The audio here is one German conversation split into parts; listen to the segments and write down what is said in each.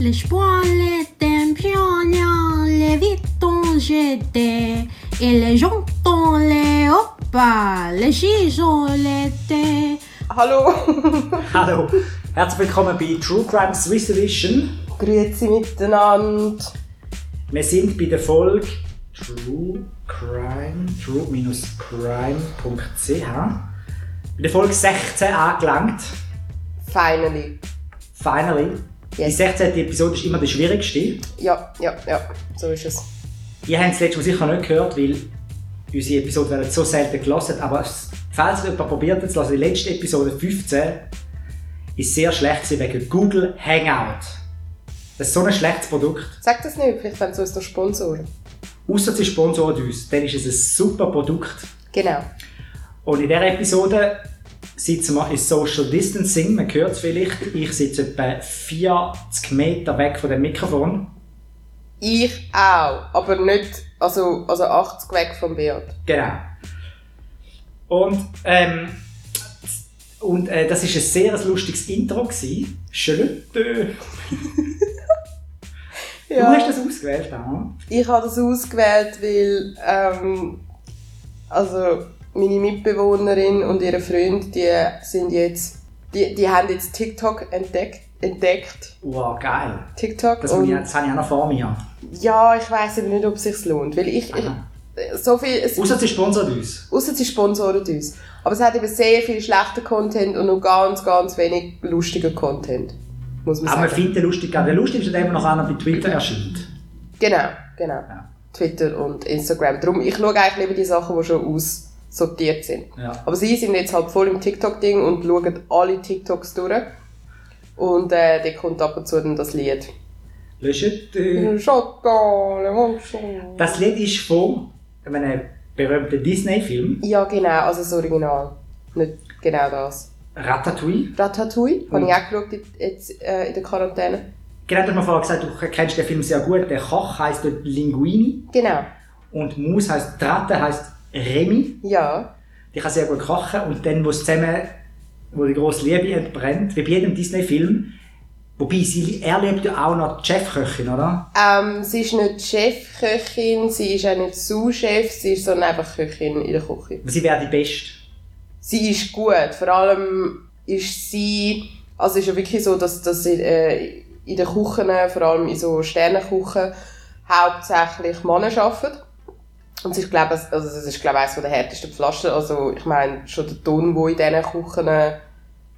Les poils champignons, les vitons jetés, et les jantons, les hoppa, ah, les chisons, les thés. Hallo, Hallo, herzlich willkommen bei True Crime Swiss Edition. grüezi miteinander. Wir sind bei der Folge True Crime, true-crime.ch. Bei der Folge 16 angelangt. Finally. Finally. Die Yes. 16. Episode ist immer die schwierigste. Ja, ja, ja, so ist es. Ihr habt es letztes Mal sicher nicht gehört, weil unsere Episoden werden so selten gelassen. Aber es- falls ihr jemand probiert hat zu hören, die letzte Episode 15 ist sehr schlecht gewesen wegen Google Hangout. Das ist so ein schlechtes Produkt. Sag das nicht, vielleicht werden sie uns noch Sponsoren. Außer sie sponsoren uns, dann ist es ein super Produkt. Genau. Und in dieser Episode sitzen wir in Social Distancing, man hört es vielleicht. Ich sitze etwa 40 Meter weg von dem Mikrofon. Ich auch, aber nicht, also, also 80 weg vom Beat. Genau. Und, ähm, und äh, das war ein sehr lustiges Intro. gewesen. Schlütte. Du hast das ausgewählt, ah? Ich habe das ausgewählt, weil ähm, also meine Mitbewohnerin und ihre Freund, die sind jetzt, die, die haben jetzt TikTok entdeckt. entdeckt. Wow, geil. TikTok Das, muss und ich, das habe ich auch noch vor mir. ja, ich weiß aber nicht, ob es sich lohnt, weil ich, Aha. ich so viel, es, Außer sie sponsert uns. ausser sie sponsoren uns, aber es hat eben sehr viel schlechter Content und nur ganz, ganz wenig lustiger Content, muss man Aber man sagen. findet den lustig. Der lustigste, der immer noch einer bei Twitter erscheint. Genau, genau. Ja. Twitter und Instagram. Darum, ich schaue eigentlich lieber die Sachen, die schon aussortiert sind. Ja. Aber sie sind jetzt halt voll im TikTok-Ding und schauen alle TikToks durch. Und äh, dann kommt ab und zu dann das Lied. Le Chute. Schotta, Le Monchon. Das Lied ist von einem berühmten Disney-Film, Ja, genau, also das Original. Nicht genau das. Ratatouille. Ratatouille, habe Mhm. ich auch geschaut in- jetzt, äh, in der Quarantäne. Genau, du hast mir vorher gesagt, du kennst den Film sehr gut. Der Koch heißt dort Linguini Genau, und Maus heißt Ratte heißt Remy. ja. Die kann sehr gut kochen und dann, wo es zusammen, wo die grosse Liebe entbrennt, wie bei jedem Disney-Film. Wobei, sie, er liebt ja auch noch die Chefköchin, oder? Ähm, sie ist nicht Chefköchin, sie ist auch nicht Sous-Chef, sie ist sondern einfach Köchin in der Küche. Aber sie wäre die Beste. sie ist gut. Vor allem ist sie, also ist ja wirklich so, dass, dass in, äh, in den Küchen, vor allem in so Sternenküchen, hauptsächlich Männer arbeiten. Und es ist, glaube ich, also es ist, glaube ich, eines der härtesten Pflaster. Also, ich meine, schon der Ton, der in diesen Küchen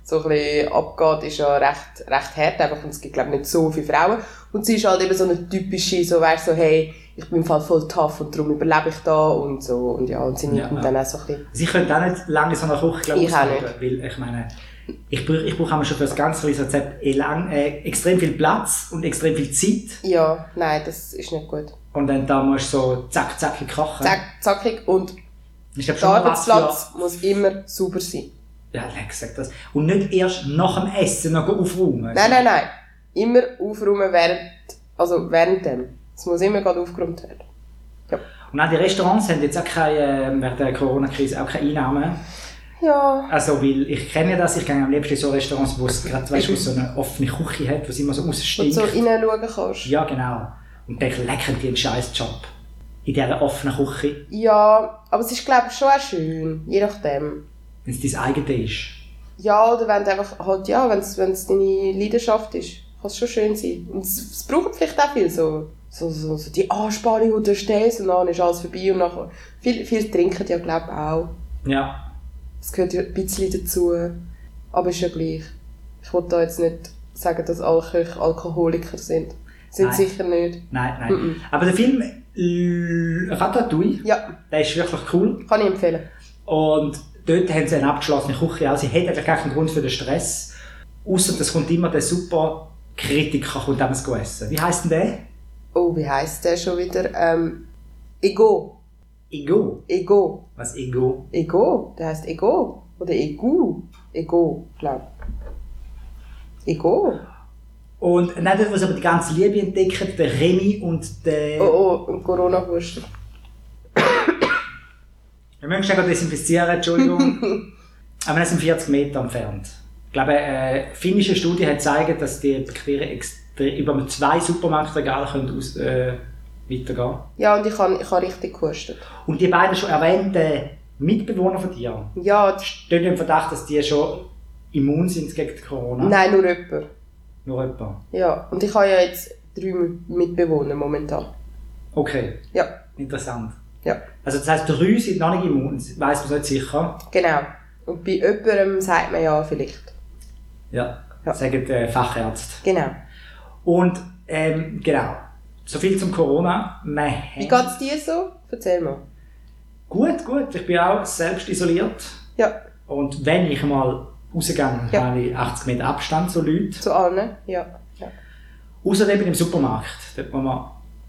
so ein bisschen abgeht, ist ja recht, recht hart. Einfach, und es gibt, glaube ich, nicht so viele Frauen. Und sie ist halt eben so eine typische, so, weißt so, hey, ich bin im Fall voll tough und darum überlebe ich da und so. Und ja, und sie nimmt Ja, ihm ja. dann auch so ein bisschen Sie könnte auch nicht lange in so einer Küche glaube Ich auch ausbleiben, weil ich meine, ich brauche ich brauch einmal schon für das ganze kleines Rezept eh lang, äh, extrem viel Platz und extrem viel Zeit Ja, nein, das ist nicht gut. und dann da musst du so zack, zack kochen. Zack, zackig und Ich glaube der schon mal was Arbeitsplatz für... muss immer sauber sein. Ja, nein, gesagt das. Und nicht erst nach dem Essen noch aufräumen. Nein, nein, nein. Immer aufräumen während, also während dem. Es muss immer gerade aufgeräumt werden. Und auch die Restaurants haben jetzt auch keine, äh, während der Corona-Krise auch keine Einnahmen. Ja. Also, weil ich kenne ja das, ich gehe am liebsten in so Restaurants, wo es gerade, weißt du, wo es so eine offene Küche hat, wo es immer so Und rausstinkt. so reinschauen kannst. Ja. Ja, genau. Und dann lecken die einen scheiß Job. In dieser offenen Küche, aber es ist glaube ich schon auch schön, je nachdem. wenn es dein eigene ist. Ja, oder wenn du einfach halt, ja, wenn es wenn es deine Leidenschaft ist, kann es schon schön sein. Und es, es braucht vielleicht auch viel so, so, so, so die Anspannung, die du stellst und dann ist alles vorbei und nachher. Viel, viel trinken ja glaube ich auch. Ja. Das gehört ja ein bisschen dazu. Aber ist ja gleich. Ich wollte da jetzt nicht sagen, dass alle Köche Alkoholiker sind. Sind Nein. sicher nicht. Nein, nein. Mhm. Aber der Film äh, Ratatouille, Ja, der ist wirklich cool. kann ich empfehlen. Und dort haben sie eine abgeschlossene Küche. Also sie hat eigentlich gar keinen Grund für den Stress. Außer das kommt immer der super Kritiker kommt damals zu essen. Wie heisst denn der? Oh, wie heisst der schon wieder? Ähm, Ego. Ego. Ego. Was Ego? Ego. Der heißt Ego. Oder Ego. Ego, glaube ich. Ego. Und nein, dort, wo sie aber die ganze Liebe entdecken, der Remy und der... Oh, oh, ein Corona-Wurst. Wir müssen gerade desinfizieren, Entschuldigung. Aber wir äh, sind 40 Meter entfernt. Ich glaube, eine finnische Studie hat gezeigt, dass die Bakterien ex- drei- über zwei Supermarktregale können aus, äh, weitergehen Ja, und ich habe ich hab richtig gehustet. Und die beiden schon erwähnten Mitbewohner von dir, Ja, das ist- stehen im Verdacht, dass die schon immun sind gegen die Corona? nein, nur jemand. Nur jemand. Ja, und ich habe ja jetzt drei Mitbewohner momentan. Okay, Ja, interessant. ja, Also das heisst, drei sind noch nicht immun, weiss man es nicht sicher. genau. Und bei jemandem sagt man ja vielleicht. Ja. Ja. Sagen äh, Fachärzte. Genau. Und ähm, genau, so viel zum Corona. Man Wie hat- geht es dir so? Erzähl mal. Gut, gut, ich bin auch selbst isoliert. Ja, Und wenn ich mal rausgehe, Ja. habe ich 80 Meter Abstand zu Leuten. zu allen. Ja. ja. Außerdem bin ich im Supermarkt, dort muss man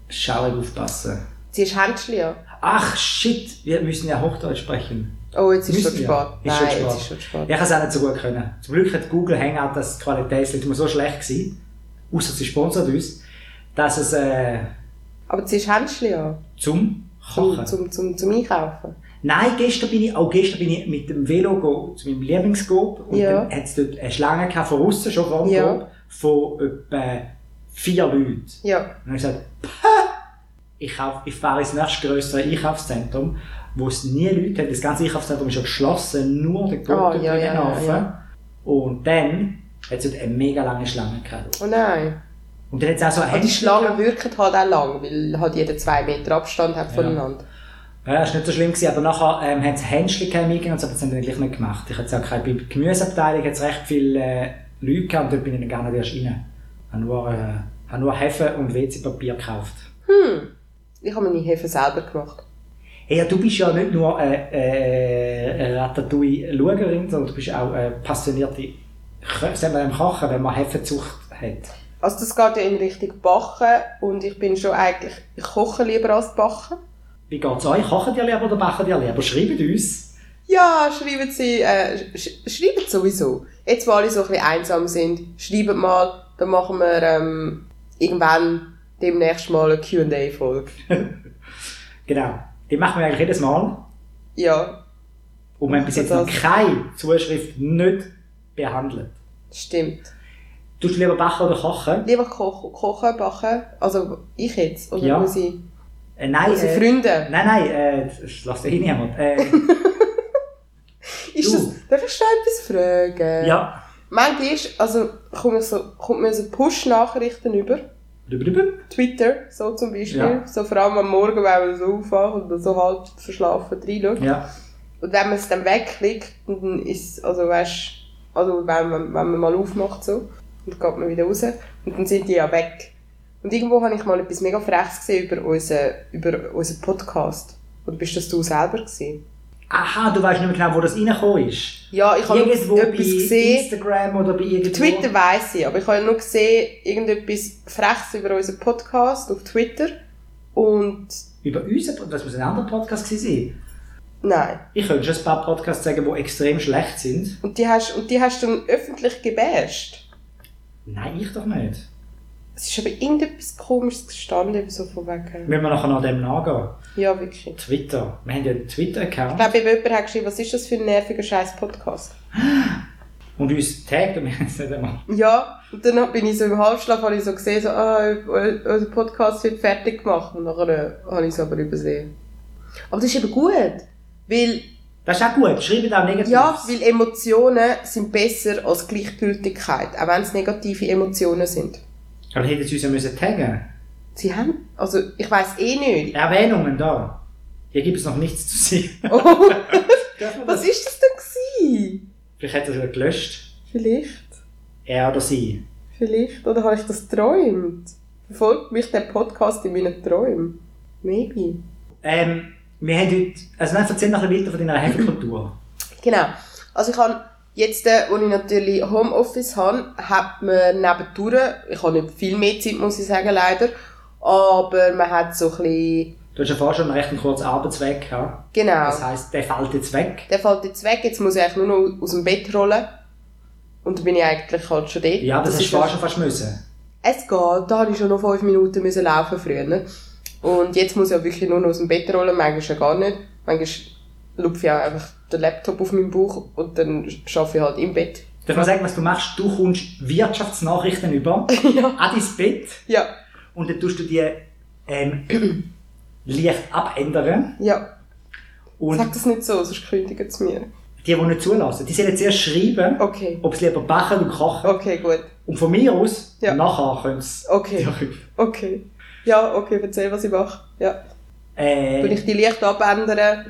schaurig aufpassen. Ziehst du Händchen an? Ach shit, wir müssen ja Hochdeutsch sprechen. Oh, jetzt ist Müssen schon spät. wir. Nein, Ist schon jetzt spät. ist schon spät. Ich kann es auch nicht so gut können. Zum Glück hat Google Hangout das Qualitätslied immer so schlecht gewesen, außer sie sponsert uns, dass es äh, Aber ziehst du Händchen an? zum Kochen. Zum, zum, zum, zum Einkaufen? Nein, gestern bin ich, auch gestern bin ich mit dem Velo go, zu meinem Lieblingsgob und Ja. dann hat es dort eine Schlange gehabt, von außen schon vor dem Ja. Gob, von etwa vier Leuten. Ja. Und dann habe ich gesagt, «Pah, ich, kauf, ich fahre ins nächstgrößere Einkaufszentrum, wo es nie Leute hat. Das ganze Einkaufszentrum ist ja geschlossen, nur der Gott Ah, ja, ja, ja, ja. Und dann hat es dort eine mega lange Schlange gehabt. Oh nein. Und dann hat es auch so ein Und Oh, die Händchen Schlangen gehabt. wirken halt auch lang, weil halt jeder zwei Meter Abstand hat voneinander. Ja, das war nicht so schlimm, gewesen, aber nachher ähm, haben sie Händchen gehabt im Eingang und so, aber das haben sie dann gleich nicht gemacht. Ich hatte auch keine, bei der Gemüseabteilung hat es recht viele äh, Leute gehabt und dort bin ich dann gar nicht erst rein. Ich habe nur, äh, habe nur Hefe und WC-Papier gekauft. Ich habe meine Hefe selber gemacht. Hey, ja, du bist ja nicht nur eine äh, Ratatouille-Schauerin, sondern du bist auch eine passionierte Kö- sagen wir, im Kochen, wenn man Hefezucht hat. Also das geht ja in Richtung Backen und ich bin schon eigentlich, ich koche lieber als Backen. Wie geht es euch? Kochen die lieber oder backen die lieber? Schreibt uns. Ja, schreiben Sie, äh, sch schreiben sowieso. Jetzt, wo alle so ein bisschen einsam sind, schreiben mal, dann machen wir ähm, irgendwann demnächst mal eine Q&A-Folge. Genau. Die machen wir eigentlich jedes Mal. Ja, Und wir haben bis jetzt noch keine Zuschrift nicht behandelt. stimmt. Tust du lieber backen oder kochen? Lieber ko kochen, backen, also ich jetzt, oder Ja. unsere, Äh, nein, unsere äh, Freunde. nein, nein, äh, das lasst eh niemand. Äh, Ist du. das, darf ich schon etwas fragen? ja. Manchmal ist, also, kommt mir so, kommt mir so Push-Nachrichten über. Blub, blub, blub. Twitter, so zum Beispiel. Ja. So vor allem am Morgen, wenn man so aufwacht und dann so halb verschlafen reinschaut. Ja. Und wenn man es dann wegklickt, dann ist also weißt also wenn man, wenn man mal aufmacht so, und geht man wieder raus, und dann sind die ja weg. Und irgendwo habe ich mal etwas mega Freches gesehen über unseren, über unseren Podcast. Oder bist das du selber gewesen? Aha, du weißt nicht mehr genau, wo das reingekommen ist. Ja, ich habe Irgendwo etwas bei gesehen. Instagram oder bei irgendwo. Twitter weiss ich, aber ich habe ja nur gesehen, irgendetwas Freches über unseren Podcast auf Twitter. Und Über unseren Pod- das muss ein anderer Podcast gewesen sein. nein. Ich könnte schon ein paar Podcasts sagen, die extrem schlecht sind. Und die hast, und die hast du dann öffentlich gebasht. Nein, ich doch nicht. Es ist aber irgendetwas komisches gestanden, eben so von wegen. Müssen wir nachher noch dem nachgehen. Ja, wirklich. Twitter. Wir haben ja einen Ich Twitter-Account glaube, eben jemand hat geschrieben, was ist das für ein nerviger scheiß Podcast? und uns taggt und wir haben es nicht einmal. Ja, und dann bin ich so im Halbschlaf, habe ich so gesehen, so, ah, eu- unser Podcast wird fertig gemacht. Und nachher äh, habe ich es aber übersehen. Aber das ist eben gut. Weil, Das ist auch gut. Schreibt auch negativ. ja, weil Emotionen sind besser als Gleichgültigkeit, auch wenn es negative Emotionen sind. Aber hätten sie uns ja müssen taggen Sie haben, also ich weiß eh nicht. Erwähnungen da. Hier gibt es noch nichts zu sehen. Oh, Darf man was das? ist das denn gewesen? Vielleicht hat er es gelöscht. Vielleicht, Er oder sie. vielleicht. Oder habe ich das geträumt? Verfolgt mich der Podcast in meinen Träumen? Maybe. Ähm, wir haben heute... Also nein, erzähl noch ein bisschen weiter von deiner Hefekultur. Genau. Also ich habe jetzt, äh, wo ich natürlich Homeoffice habe, hat man nebendurch, ich habe nicht viel mehr Zeit, muss ich sagen, leider, aber man hat so ein bisschen, Du hast ja vorher schon einen recht kurzen Arbeitsweg gehabt. genau. Das heisst, der fällt jetzt weg. der fällt jetzt weg, jetzt muss ich eigentlich nur noch aus dem Bett rollen. Und dann bin ich eigentlich halt schon dort. Ja, das, das ist ja- fast schon fast müssen. es geht, da habe ich schon noch fünf Minuten müssen laufen früher. ne? Und jetzt muss ich ja wirklich nur noch aus dem Bett rollen, manchmal ja gar nicht. Manchmal lupfe ich auch einfach den Laptop auf meinen Bauch und dann arbeite ich halt im Bett. Darf man sagen, was du machst? Du kommst Wirtschaftsnachrichten über, an dein Bett, Ja, und dann tust du die ähm, leicht abändern. ja. Sag Und das nicht so, sonst kündigen sie mir. die, die nicht zulassen, die sollen zuerst schreiben, Okay. ob sie lieber backen und kochen. Okay, gut. Und von mir aus, Ja. nachher können sie Okay. Ja. Okay. Ja, okay, erzähl, was ich mache. Ja. Wenn äh, ich die Licht abändern,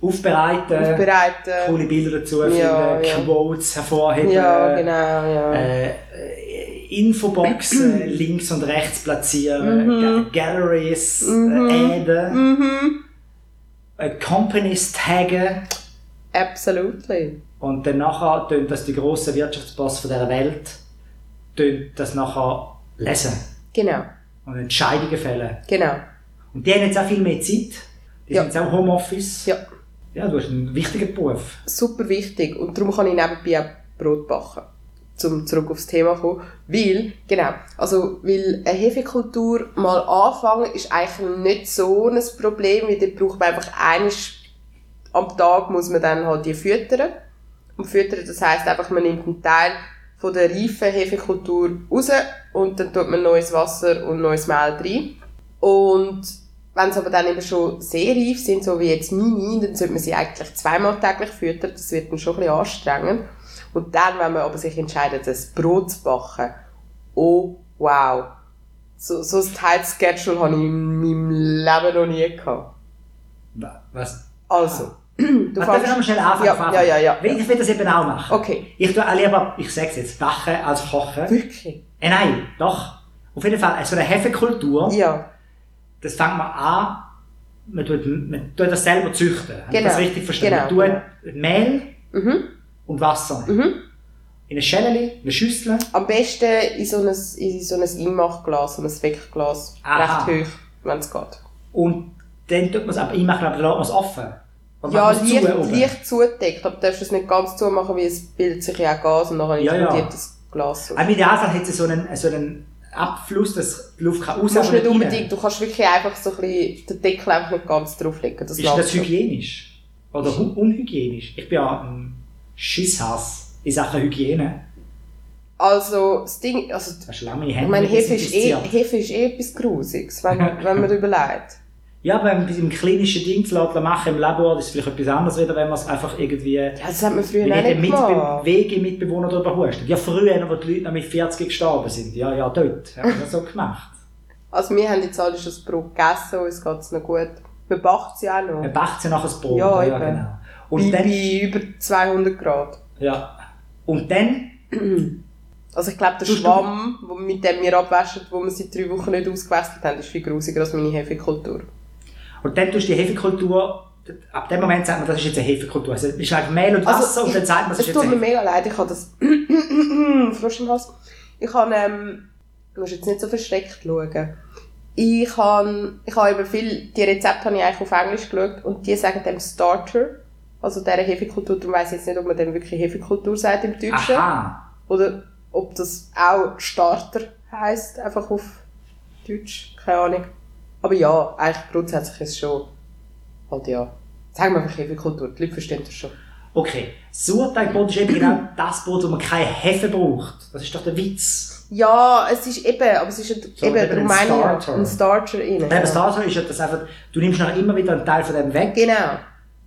aufbereiten, aufbereiten. Äh, coole Bilder dazu finden, Ja, ja. Quotes hervorheben. Ja, genau, ja. äh, Mhm. Infoboxen links und rechts platzieren, Ga- Galleries, äh, Äden, Mhm. äh, Companies taggen Absolutely. und dann nachher tun das die grossen Wirtschaftsboss von dieser Welt tun das nachher lesen Genau, und Entscheidungen fällen. genau. Und die haben jetzt auch viel mehr Zeit, die Ja. sind jetzt auch Homeoffice. Ja, Ja, du hast einen wichtigen Beruf. super wichtig. Und darum kann ich nebenbei auch Brot backen. Zum zurück aufs Thema zu kommen. Weil, genau, also, weil eine Hefekultur mal anfangen ist eigentlich nicht so ein Problem, weil dort braucht man einfach eines am Tag muss man dann halt die füttern. Und füttern, das heisst einfach, man nimmt einen Teil von der reifen Hefekultur raus und dann tut man neues Wasser und neues Mehl rein. Und wenn sie aber dann eben schon sehr reif sind, so wie jetzt meine, dann sollte man sie eigentlich zweimal täglich füttern. Das wird dann schon ein bisschen anstrengend. Und dann, wenn man aber sich entscheidet, das Brot zu backen, oh wow. So, so ein Teil-Schedule habe ich in meinem Leben noch nie gehabt. Wa- Was? Also, du Du darf ich nochmal schnell anfangen? Ja, Fabian? ja, ja, ja. Weil Ich will das eben auch machen. Okay. Ich tue auch lieber, ich sag's jetzt, backen als kochen. Wirklich? Äh, nein, doch. Auf jeden Fall, so eine Hefekultur, Ja, das fängt man an, man tut, man tut das selber züchten. Genau. Ich Genau, das richtig verstanden. genau. Man tut Mehl und Wasser Mhm. in eine Schäleli, in eine Schüssel. am besten in so ein, in so ein Einmachglas, so ein Weckglas, Aha. recht hoch, wenn es geht. Und dann tut man es aber einmachen, aber dann lässt man es offen. Oder Ja, macht man es leicht, oben? leicht zudeckt, aber du darfst es nicht ganz zumachen, weil es bildet sich ja auch Gas und dann Ja, ja. Ah, explodiert das Glas. so. Im Idealfall hat es so einen, so einen Abfluss, dass die Luft kann raus Du musst aber nicht rein. unbedingt, du kannst wirklich einfach so ein bisschen den Deckel einfach nicht ganz drauflegen. Das Ist das läuft schon. hygienisch? Oder hu- unhygienisch? Ich bin ja ein Schisshass in Sachen Hygiene. Also, das Ding, also, Das hast du lange meine Hände ich meine, Hefe ist, eh, desinfiziert. Hefe ist eh etwas Grusiges, wenn man, wenn man überlegt. Ja, aber wenn man im klinischen Ding zu lassen machen im Labor, das ist vielleicht etwas anderes, wieder, wenn man es einfach irgendwie... Ja, das hat man früher wenn auch ich nicht mit gemacht. WG-Mitbewohner darüber hustet. Ja, früher, wo die Leute noch mit 40 gestorben sind. Ja, ja, dort haben wir das so gemacht. Also wir haben jetzt alle schon das Brot gegessen, uns geht es noch gut. Man backt sie auch Dann noch. backt sie nachher das Brot. Ja, ja eben. genau. Bei, Und dann... bei über 200 Grad. Ja. Und dann... Also ich glaube, der Du- du- Schwamm, wo- mit dem wir abwaschen, wo wir seit drei Wochen nicht ausgewechselt haben, ist viel grusiger als meine Hefekultur. Und dann tust du die Hefekultur... Ab dem Moment sagt man, das ist jetzt eine Hefekultur. Also, es ist einfach Mehl und Wasser und dann sagt man, das es ist jetzt tut eine mir mega leid, ich habe das... Frosch im Hals. Ich habe... Ähm, du musst jetzt nicht so verstreckt schauen. Ich habe, ich habe eben viel... Die Rezepte habe ich eigentlich auf Englisch geschaut und die sagen dem Starter, also dieser Hefekultur, darum weiss ich jetzt nicht, ob man dem wirklich Hefekultur sagt im Deutschen. Aha. Oder ob das auch Starter heisst, einfach auf Deutsch, keine Ahnung. Aber ja, eigentlich grundsätzlich ist es schon, halt ja. Sagen wir einfach Hefekultur, die Leute verstehen das schon. Okay. Sauerteigbrot ist eben genau das Brot, wo man keine Hefe braucht. Das ist doch der Witz. Ja, es ist eben, aber es ist ein, So, eben, eben darum ein meine ich ja, Starter. ein Starter rein. Beim ja. Starter ist ja das einfach, du nimmst nachher immer wieder einen Teil von dem weg Genau.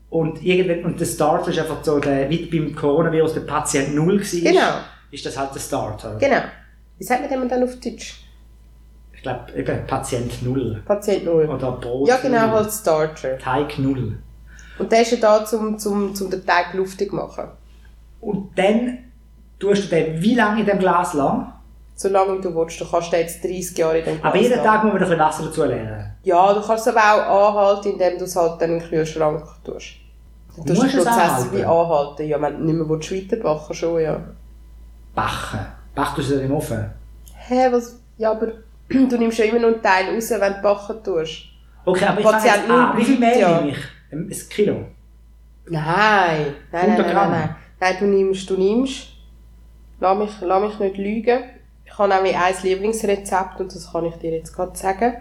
und irgendwann, und der Starter ist einfach so, der, wie beim Coronavirus der Patient Null war, Genau. ist das halt der Starter. Genau. Wie sagt man dem dann auf Deutsch? Ich glaube eben Patient Null Patient Null. oder Brot Ja, genau, Null, halt Starter. Teig Null. Und der ist ja da, um zum, zum den Teig luftig zu machen. Und dann tust du den wie lange in dem Glas lang? Solange du willst, du kannst den jetzt 30 Jahre in dem Aber Glas jeden haben. Tag muss man noch ein bisschen Wasser dazu leeren. Ja, du kannst es aber auch anhalten, indem du es halt dann in den Kühlschrank tust. Dann tust du Musst den du es Prozess anhalten? wie anhalten. Ja, wenn du nicht mehr willst, weiterbacken schon, ja. Backen. Backen tust du den im Ofen. Hä, was? Ja, aber du nimmst ja immer noch einen Teil raus, wenn du backen tust. Okay, aber ich fange Patient jetzt Null an. Wie viel Mehl ja. nehme ich? Ein ein Kilo. Nein. Nein, nein, 100 nein, Gramm. nein, nein. Nein, du nimmst, du nimmst. Lass mich, lass mich nicht lügen. Ich habe nämlich ein Lieblingsrezept und das kann ich dir jetzt gerade sagen.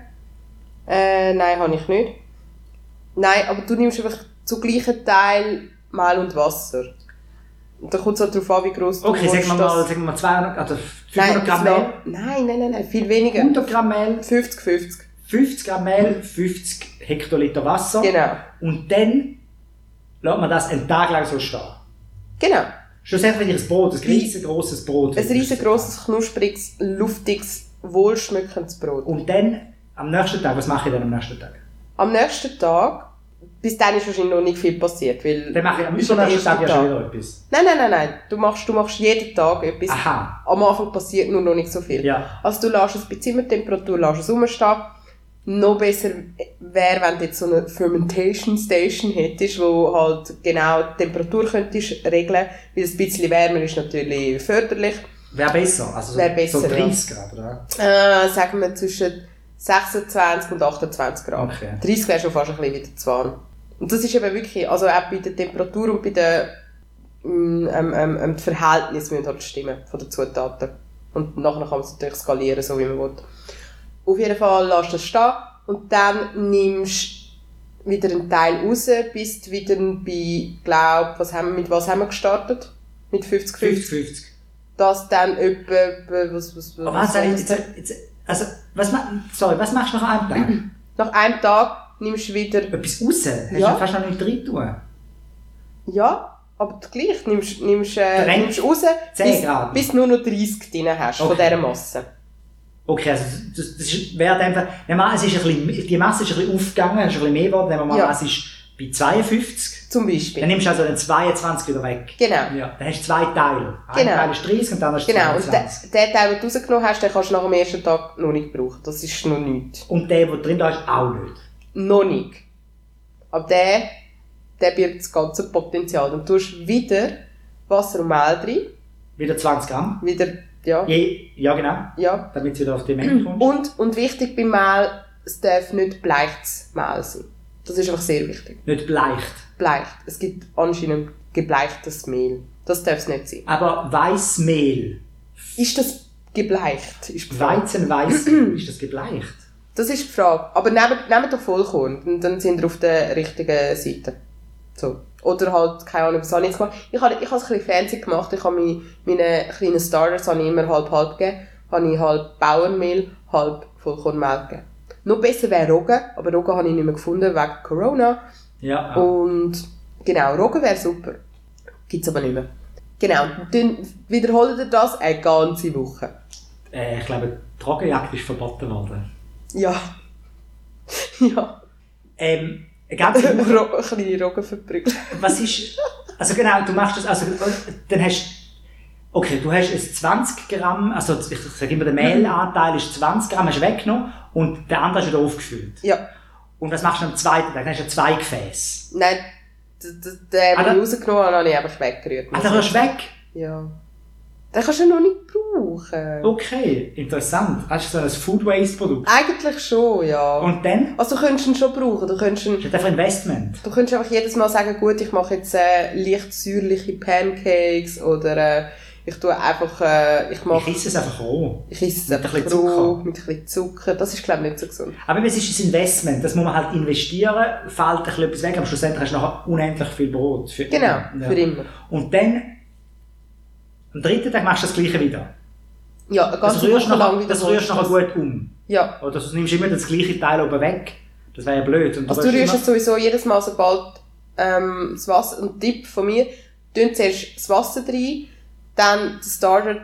Äh, nein, habe ich nicht. Nein, aber du nimmst einfach zu gleichen Teil Mehl und Wasser. Da kommt es auch darauf an, wie gross du Okay, sagen wir willst, mal, dass- sagen wir mal 200, also 500 Nein, Gramm das Mehl. wär- nein, nein, nein, nein, viel weniger. 100 Gramm Mehl, 50-50. 50 Gramm Mehl, 50 Hektoliter Wasser. Mhm. Genau. Und dann lässt man das einen Tag lang so stehen. Genau. Schlussendlich ein Brot, ein Wie- riesengroßes Brot. Ein riesengroßes, knuspriges, luftiges, wohlschmückendes Brot. Und dann am nächsten Tag, was mache ich dann am nächsten Tag? Am nächsten Tag, bis dann ist wahrscheinlich noch nicht viel passiert, weil... Dann mache ich am ist ja der übernächsten Tag ja erste schon wieder etwas. Nein, nein, nein, nein. Du machst, du machst jeden Tag etwas. Aha. Am Anfang passiert nur noch nicht so viel. Ja. Also du lässt es bei Zimmertemperatur, lässt es rumstehen. Noch besser wäre, wenn du jetzt so eine Fermentation Station hättest, wo halt genau die Temperatur könntest regeln, weil es ein bisschen wärmer ist natürlich förderlich. Wäre besser. Also so, Wäre besser, so 30 Grad, oder? Äh, sagen wir zwischen 26 und 28 Grad. Okay. 30 wäre schon fast ein bisschen wie der Zwan. Und das ist eben wirklich, also auch bei der Temperatur und bei der, mm, ähm, ähm, ähm, die Verhältnisse müssen halt stimmen von den Zutaten. Und nachher kann man es natürlich skalieren, so wie man will. Auf jeden Fall lässt du es stehen und dann nimmst du wieder einen Teil raus, bist wieder bei, glaub, was haben wir, mit was haben wir gestartet? Mit 50-50. 50-50. Dass dann etwa, etwa- was, was, was, Aber Oh, was, sag ich jetzt, jetzt, also, was, ma- sorry, was machst du nach einem Tag? Nach einem Tag nimmst du wieder, Etwas raus? Hast Ja. du fast noch nicht drin tun? ja, aber gleich, nimmst, nimmst, äh, Drei- nimmst raus, Zehn bis, Grad. bis du nur noch 30 drin hast von Okay. dieser Masse. Okay, also das, das ist, wäre dann einfach, nehmen wir an, es ist ein bisschen, die Masse ist ein bisschen aufgegangen, ist ein bisschen mehr geworden, nehmen wir mal Ja. an, es ist bei 52, Zum dann Beispiel. nimmst du also den 22 wieder weg. Genau. Ja. Dann hast du zwei Teile. Ein Genau. Teil ist 30 und dann hast du Genau, und der, 22. der Teil, den du rausgenommen hast, den kannst du nach dem ersten Tag noch nicht brauchen. Das ist noch nichts. Und der, der drin da ist, auch nicht. Noch nicht. Aber der, der birgt das ganze Potenzial. Dann tust du wieder Wasser und Mehl rein. Wieder 20 Gramm. Wieder, ja, Je, ja, genau. ja. Damit es wieder auf die Menge kommt. Und, und wichtig beim Mehl, es darf nicht bleiches Mehl sein. Das ist einfach sehr wichtig. Nicht bleicht. bleicht. Es gibt anscheinend gebleichtes Mehl. Das darf es nicht sein. Aber Weißmehl. Ist das gebleicht? Ist die Frage. Weizenweißmehl. ist das gebleicht? Das ist die Frage. Aber nehmt, nehmt doch Vollkorn, dann- dann sind ihr auf der richtigen Seite. So. Oder halt, keine Ahnung, was habe ich jetzt gemacht? Ich habe, ich habe es ein bisschen fancy gemacht. Ich habe meine, meine kleinen Starters habe ich immer halb-halb gegeben. Habe ich halb Bauernmehl, halb Vollkornmehl gegeben. Noch besser wäre Roggen, aber Roggen habe ich nicht mehr gefunden wegen Corona. Ja. Oh. Und genau, Roggen wäre super. Gibt es aber nicht mehr. Genau, dann wiederholt ihr das eine ganze Woche. Äh, ich glaube, die Trockenjagd ist verboten worden. Ja. ja. Ähm, eine ganze Woche Ro kleine Roggenverbrüche. Was ist. Also genau, du machst das. Also, dann hast Okay, du hast es 20 Gramm, also ich sage immer, der Mehlanteil ist 20 Gramm, hast du weggenommen und der andere ist wieder aufgefüllt. Ja. Und was machst du am zweiten Tag? Dann hast du ja zwei Gefäße. Nein, d- d- den Ah, habe ich da- rausgenommen und habe ich einfach weggerührt. Ah, dann rührst du Oh. weg? ja. Den kannst du ja noch nicht brauchen. Okay, interessant. Hast du so ein Food Waste Produkt? Eigentlich schon, ja. Und dann? also du könntest ihn schon brauchen. Du könntest, ihn, Das ist einfach Investment. du könntest einfach jedes Mal sagen, gut, ich mache jetzt äh, leicht säuerliche Pancakes oder äh, ich tue einfach, äh, ich mache Ich esse es einfach roh. Ich esse es Mit ein einfach bisschen roh, Zucker. mit ein bisschen Zucker. Das ist, glaube ich, nicht so gesund. Aber eben, es ist ein Investment, das muss man halt investieren, fällt ein bisschen etwas weg, aber schlussendlich hast du nachher unendlich viel Brot. Für Genau, für immer. Und dann, am dritten Tag machst du das gleiche wieder. Ja, eine Das ganze rührst Woche lang du nachher, wieder das rührst holst nachher du das. gut um. Ja. Oder du nimmst immer das gleiche Teil oben weg. Das wäre ja blöd. Und Also du willst rührst es immer- sowieso jedes Mal, sobald ähm, das Wasser... Ein Tipp von mir, tun zuerst das Wasser rein, dann den Starter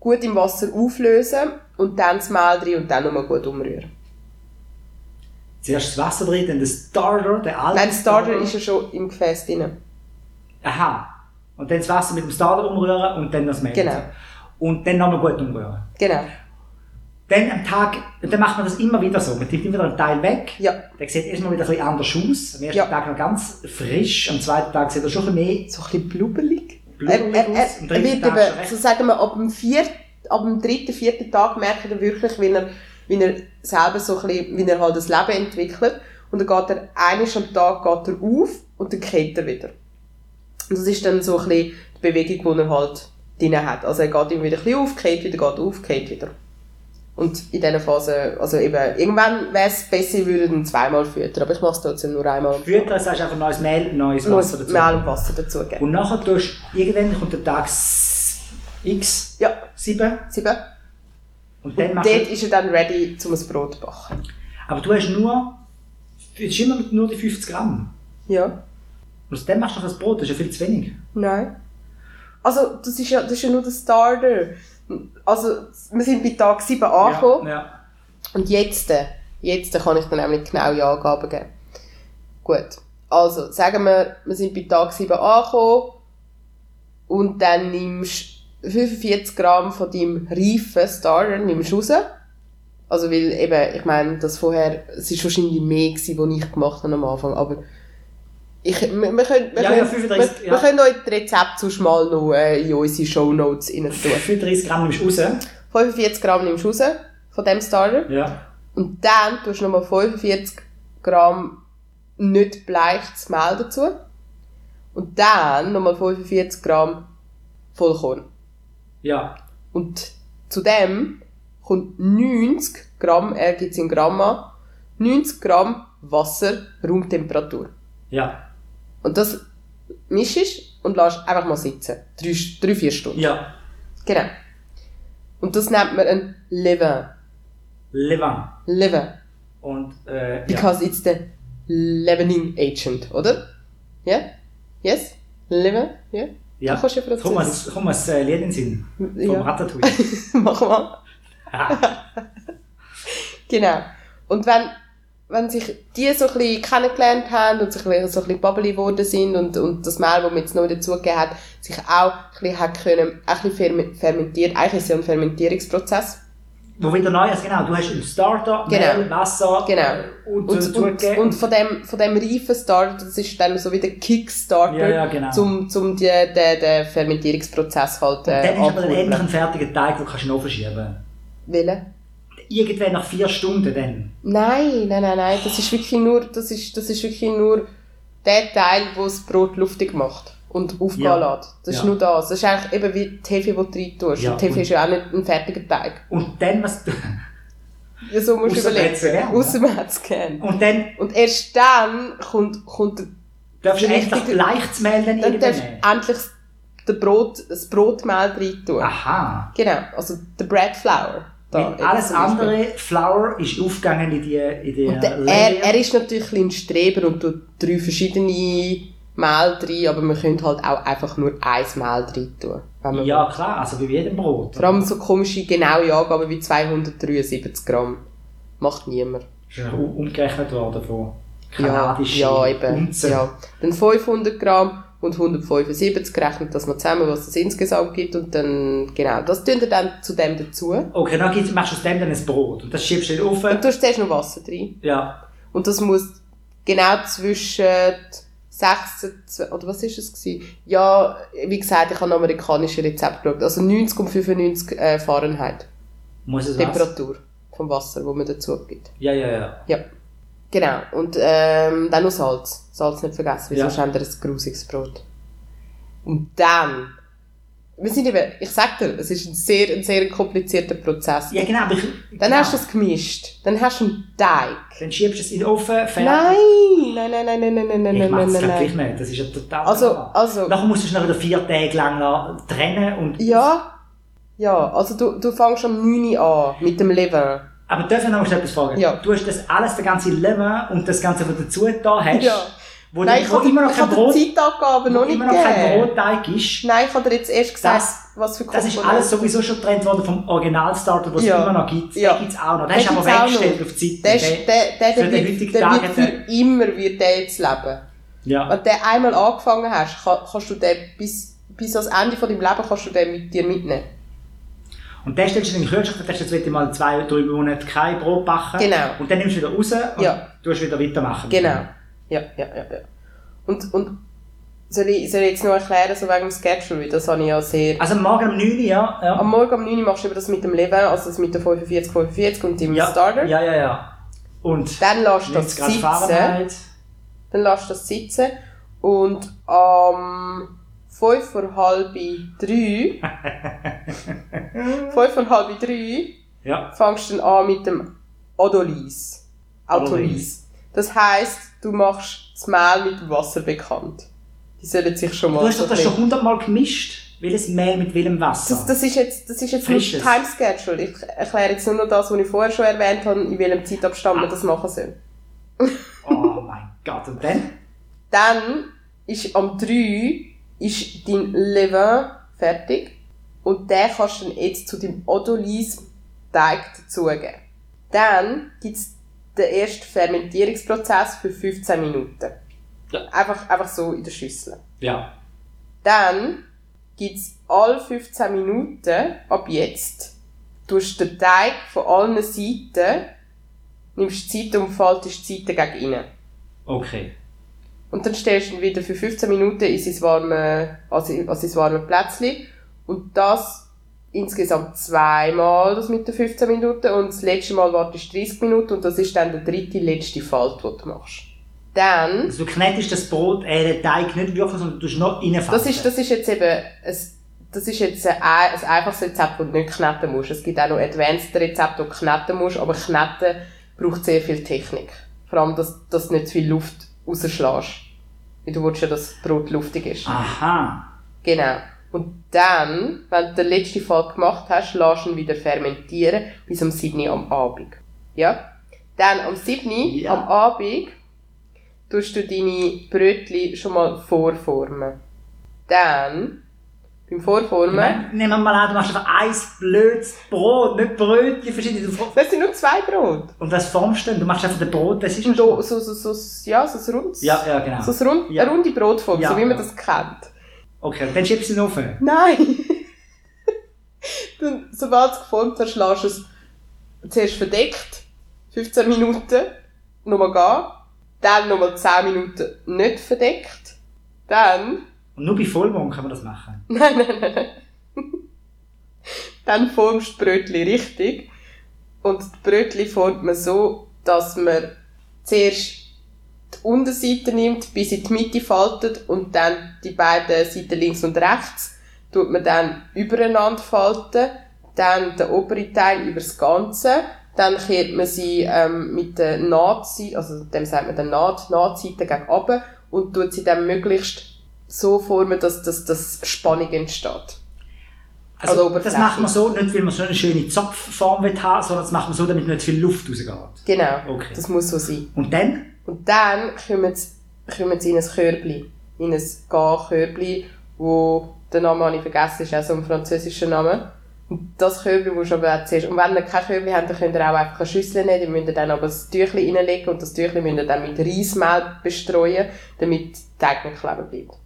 gut im Wasser auflösen und dann das Mehl rein und dann nochmal gut umrühren. Zuerst das Wasser drin, dann den Starter, der alte Nein, der Mhm. Starter ist ja schon im Gefäß drin. Aha. Und dann das Wasser mit dem Starter umrühren und dann das Mehl. Genau. Und dann nochmal gut umrühren. Genau. Dann am Tag, und dann macht man das immer wieder so. Man tippt immer wieder einen Teil weg. Ja. Der sieht erstmal wieder ein bisschen anders aus. Am ersten Ja. Tag noch ganz frisch, am zweiten Tag sieht er schon ein bisschen mehr. So ein bisschen blubberig. Blubberig er, er, aus, am er, er wird dritten Tag eben, schon recht. so sagen wir, ab dem, vier, ab dem dritten, vierten Tag merkt er wirklich, wie er, wie er selber so ein bisschen, wie er halt das Leben entwickelt. Und dann geht er, eines am Tag geht er auf und dann kehrt er wieder. Und das ist dann so ein bisschen die Bewegung, die er halt drin hat. Also er geht immer wieder ein bisschen auf, kehrt wieder, geht auf, kehrt wieder. Und in dieser Phase, also eben, irgendwann wäre es besser, ich würde ihn zweimal füttern, aber ich mache es trotzdem nur einmal. Füttern sagst du einfach neues Mehl, neues Nur Wasser dazu. Mehl und Wasser dazugeben. Und nachher tust du, irgendwann kommt der Tag S- X, Ja, 7, sieben. und dann Und dort machst du... ist er dann ready, um ein Brot zu backen. Aber du hast nur... Es ist immer nur die 50 Gramm. Ja. Und dann machst du noch das Brot, das ist ja viel zu wenig. Nein. Also, das ist ja, das ist ja nur der Starter. Also, wir sind bei Tag 7 angekommen. Ja, ja. Und jetzt, äh, jetzt kann ich dann nämlich genau die Angaben geben. Gut. Also, sagen wir, wir sind bei Tag 7 angekommen. Und dann nimmst du 45 Gramm von deinem reifen Starter nimmst du raus. Also, weil eben, ich meine, das vorher, es ist wahrscheinlich mehr gewesen, was ich gemacht habe am Anfang, aber ich, wir, wir können, wir Ja, ja, können, 35, wir, ja. wir können euch das Rezept sonst mal noch äh, in unsere Shownotes rein tun. 35 Gramm nimmst du raus. 45 Gramm nimmst du raus von dem Starter. Ja. Und dann tust du nochmal 45 Gramm nicht bleiches Mehl dazu. Und dann nochmal 45 Gramm Vollkorn. Ja. Und zu dem kommt 90 Gramm, er gibt es in Gramm an, 90 Gramm Wasser, Raumtemperatur. Ja. Und das mischst und lässt einfach mal sitzen. Drei, drei vier Stunden. Ja. Genau. Und das nennt man ein Levain. Levan. Levain. Und, äh, ja. Because it's the leavening agent, oder? Ja? Yes? Leaven? Ja? ja. Du kannst ja Komm, Französisch. was, komm, was äh, Lied in den Sinn. Vom Ja. Ratatouille. Mach mal. Ah, Genau. Und wenn, wenn sich die so ein bisschen kennengelernt haben und sich so ein bisschen bubbly geworden sind und, und das Mehl, das man jetzt noch dazugegeben hat, sich auch ein bisschen hat können, auch ein bisschen ferme- fermentiert. Eigentlich ist es ja ein Fermentierungsprozess. Wo wieder neu ist, genau. Du hast einen Starter, Genau. Mehl, Wasser. äh, Genau. Und, Und, und, dazugegeben. und von dem, von dem reifen Starter, das ist dann so wie der Kickstarter, Ja, ja, genau. zum, zum die, den, den Fermentierungsprozess halt, Und dann äh, ist aber endlich ankurbeln. ein fertiger Teig, den kannst du noch verschieben. Welchen? Irgendwann nach vier Stunden dann. Nein, nein, nein, nein. Das ist wirklich nur, das ist, das ist wirklich nur der Teil, wo das Brot luftig macht und aufgehen Ja. lässt. Das ist Ja. nur das. Das ist eigentlich eben wie die Hefe, die du rein tust. Ja, Und die Hefe und- ist ja auch nicht ein fertiger Teig. Und dann was... Ja, so musst du Ausser man überlegen. hat's gern, ne? Ausser man hat's gern. Und dann Und erst dann kommt, kommt der, darfst du Die endlich richtige- leichtes Mehl dann dann darfst irgendwann. du endlich der Brot, das Brotmehl rein tun. Ah. Aha. Genau, also der Bread Flour. da Weil eben alles zum Beispiel. andere, Flour, ist aufgegangen in die, in die Und der, er, Layer. er ist natürlich ein Streber und tut drei verschiedene Mehl rein, aber man könnte halt auch einfach nur ein Mehl rein tun. Wenn man will. Ja, klar, also wie bei jedem Brot. Vor allem so komische, genaue Angaben wie 273 Gramm. Macht niemand. Ist ja um- umgerechnet worden von Ja, kanadischen ja, eben. Unzen. Ja. Dann 500 Gramm und 175 gerechnet das mal zusammen, was es insgesamt gibt. Und dann, genau, das tun wir dann zu dem dazu. Und Okay, dann gibt's- machst du aus dem dann ein Brot und das schiebst du in den Ofen. du hast zuerst noch Wasser rein. Ja, Und das muss genau zwischen 16, oder was ist es gewesen? Ja, wie gesagt, ich habe amerikanische Rezept geschaut. Also 90 und 95 äh, Fahrenheit. muss es was? Temperatur vom Wasser, wo man dazu gibt. Ja, ja, ja. Ja. Genau. Und ähm, dann noch Salz. Salz nicht vergessen, weil Ja. sonst haben wir ein grusiges Brot. Und dann... Wir sind eben, ich sag dir, es ist ein sehr, ein sehr komplizierter Prozess. Ja, genau, aber ich, Dann genau. hast du es gemischt. Dann hast du einen Teig. Dann schiebst du es in den Ofen, fertig. Nein! Nein, nein, nein, nein, nein, nein, nein, Ich nein, mach's grad nein, nein. gleich nicht, das ist ja total Also, normal. also- Nachher musst du es noch wieder vier Tage lang noch trennen und... Ja, ja, also du, du fängst am 9 Uhr an mit dem Lever. Aber darf ich noch mal etwas fragen? Ja. Du hast das alles, den ganzen Leber und das Ganze, was du dazu da hast, Ja. wo, Nein, du, ich wo habe immer noch ich kein habe Brot, die Zeitangabe wo noch nicht immer noch kein gegeben. Brotteig ist. Nein, ich habe dir jetzt erst gesagt, Das- was für Das ist alles sowieso schon getrennt worden vom Originalstarter, den es Ja. immer noch gibt. Ja. Den gibt es auch noch. Den hast du Den aber gibt's auch weggestellt noch. auf die Der, Seite. ist- der, der, für der, den wird, heutigen der Tag wird hat er- für immer wird der jetzt leben. ja. Wenn du einmal angefangen hast, kann, kannst du den bis, bis ans Ende von deinem Leben kannst du den mit dir mitnehmen. Und dann stellst du in den Kühlschrank, dann hast du jetzt wieder mal zwei, drei Monate kein Brot backen. Genau. Und dann nimmst du wieder raus und Ja. tust wieder weitermachen. Genau. Ja, ja, ja, ja. Und, und soll, ich, soll ich jetzt noch erklären, so wegen dem Schedule, weil das habe ich ja sehr Also morgen um 9 Uhr, ja. ja. Am Morgen um 9 Uhr machst du eben das mit dem Leben, also das mit der 45, 45 und dem ja. Starter. Ja, ja, ja. Und Dann lässt du das 90 Grad sitzen. Fahrenheit. Dann lässt du das sitzen. Und am 5 vor halb 3, 5 vor halb 3 Ja. fängst dann an mit dem Odolis. Autolis. Odolis. Das heisst, du machst das Mehl mit dem Wasser bekannt. Die sollen sich schon mal... Du hast doch das so schon hundertmal gemischt. Welches Mehl mit welchem Wasser? Das, das ist jetzt, das ist jetzt nur Frisches. Time Schedule. Ich erkläre jetzt nur noch das, was ich vorher schon erwähnt habe, in welchem Zeitabstand man das machen soll. Oh mein Gott. Und dann? Dann ist am 3 ist dein Levain fertig. Und den kannst du dann jetzt zu deinem Odolis-Teig dazugeben. Dann gibt's den ersten Fermentierungsprozess für 15 Minuten. Ja. Einfach, einfach so in der Schüssel. Ja. Dann gibt's alle 15 Minuten, ab jetzt, tust du den Teig von allen Seiten, nimmst die Seite und faltest die Seite gegen innen. Okay. Und dann stellst du ihn wieder für 15 Minuten in sein warme, also, in- also ins warme Plätzchen. Und das insgesamt zweimal, das mit den 15 Minuten. Und das letzte Mal wartest du 30 Minuten und das ist dann der dritte, letzte Falt, den du machst. Dann, Also du knetest das Brot, äh, den Teig nicht wirklich, sondern du tust noch reinfalten. das ist, das ist jetzt eben, ein, das ist jetzt ein, ein einfaches Rezept, das du nicht kneten musst. Es gibt auch noch Advanced Rezepte, die du kneten musst, aber kneten braucht sehr viel Technik. Vor allem, dass, dass du nicht zu viel Luft rausschlägst. Weil du willst ja, dass das Brot luftig Ah, ist. Aha. Genau. Und dann, wenn du den letzten Fall gemacht hast, lässt du ihn wieder fermentieren bis am 7. Uhr am Abend. Ja? Dann am 7. Uhr Ja. am Abend tust du deine Brötchen schon mal vorformen. Dann, beim Vorformen, Nehmen wir mal an, du machst einfach ein blödes Brot, nicht Brötchen, verschiedene. Du- das sind nur zwei Brot. Und das formst du dann, du machst einfach das Brot, das ist Und so, so, so, so, ja, so ein rundes, Ja, ja, genau. so ein rund, Ja. eine runde Brotform, Ja, so wie man ja. das kennt. Okay, dann schiebst du ihn auf. Nein! Dann, sobald du es geformt hast, lässt du es zuerst verdeckt, 15 Minuten, nochmal gehen, dann nochmal 10 Minuten nicht verdeckt, dann, Und nur bei Vollmond kann man das machen. nein, nein, nein, nein. dann formst du die Brötchen richtig. Und die Brötchen formt man so, dass man zuerst die Unterseite nimmt, bis in die Mitte faltet und dann die beiden Seiten links und rechts tut man dann übereinander falten, dann den oberen Teil über das Ganze, dann kehrt man sie ähm, mit der Nahtseite, also dem sagt man der Naht, Nahtseite gegen oben und tut sie dann möglichst so formen, dass, dass, dass Spannung entsteht. Also, Oder das macht man oberflächlich. so, nicht weil man so eine schöne Zopfform will haben, sondern das macht man so, damit nicht viel Luft rausgeht. Genau, Okay. das muss so sein. Und dann? Und dann kommen sie, kommen sie in ein Körbli. In ein Gar-Körbli, wo der Name habe ich vergessen, ist auch so ein französischer Name. Und das Körbli musst du aber auch zuerst, und wenn ihr kein Körbli habt, dann könnt ihr auch einfach eine Schüssel nehmen, die müsst ihr dann aber das Tüchli reinlegen und das Tüchli müsst ihr dann mit Reismehl bestreuen, damit der Teig nicht kleben bleibt.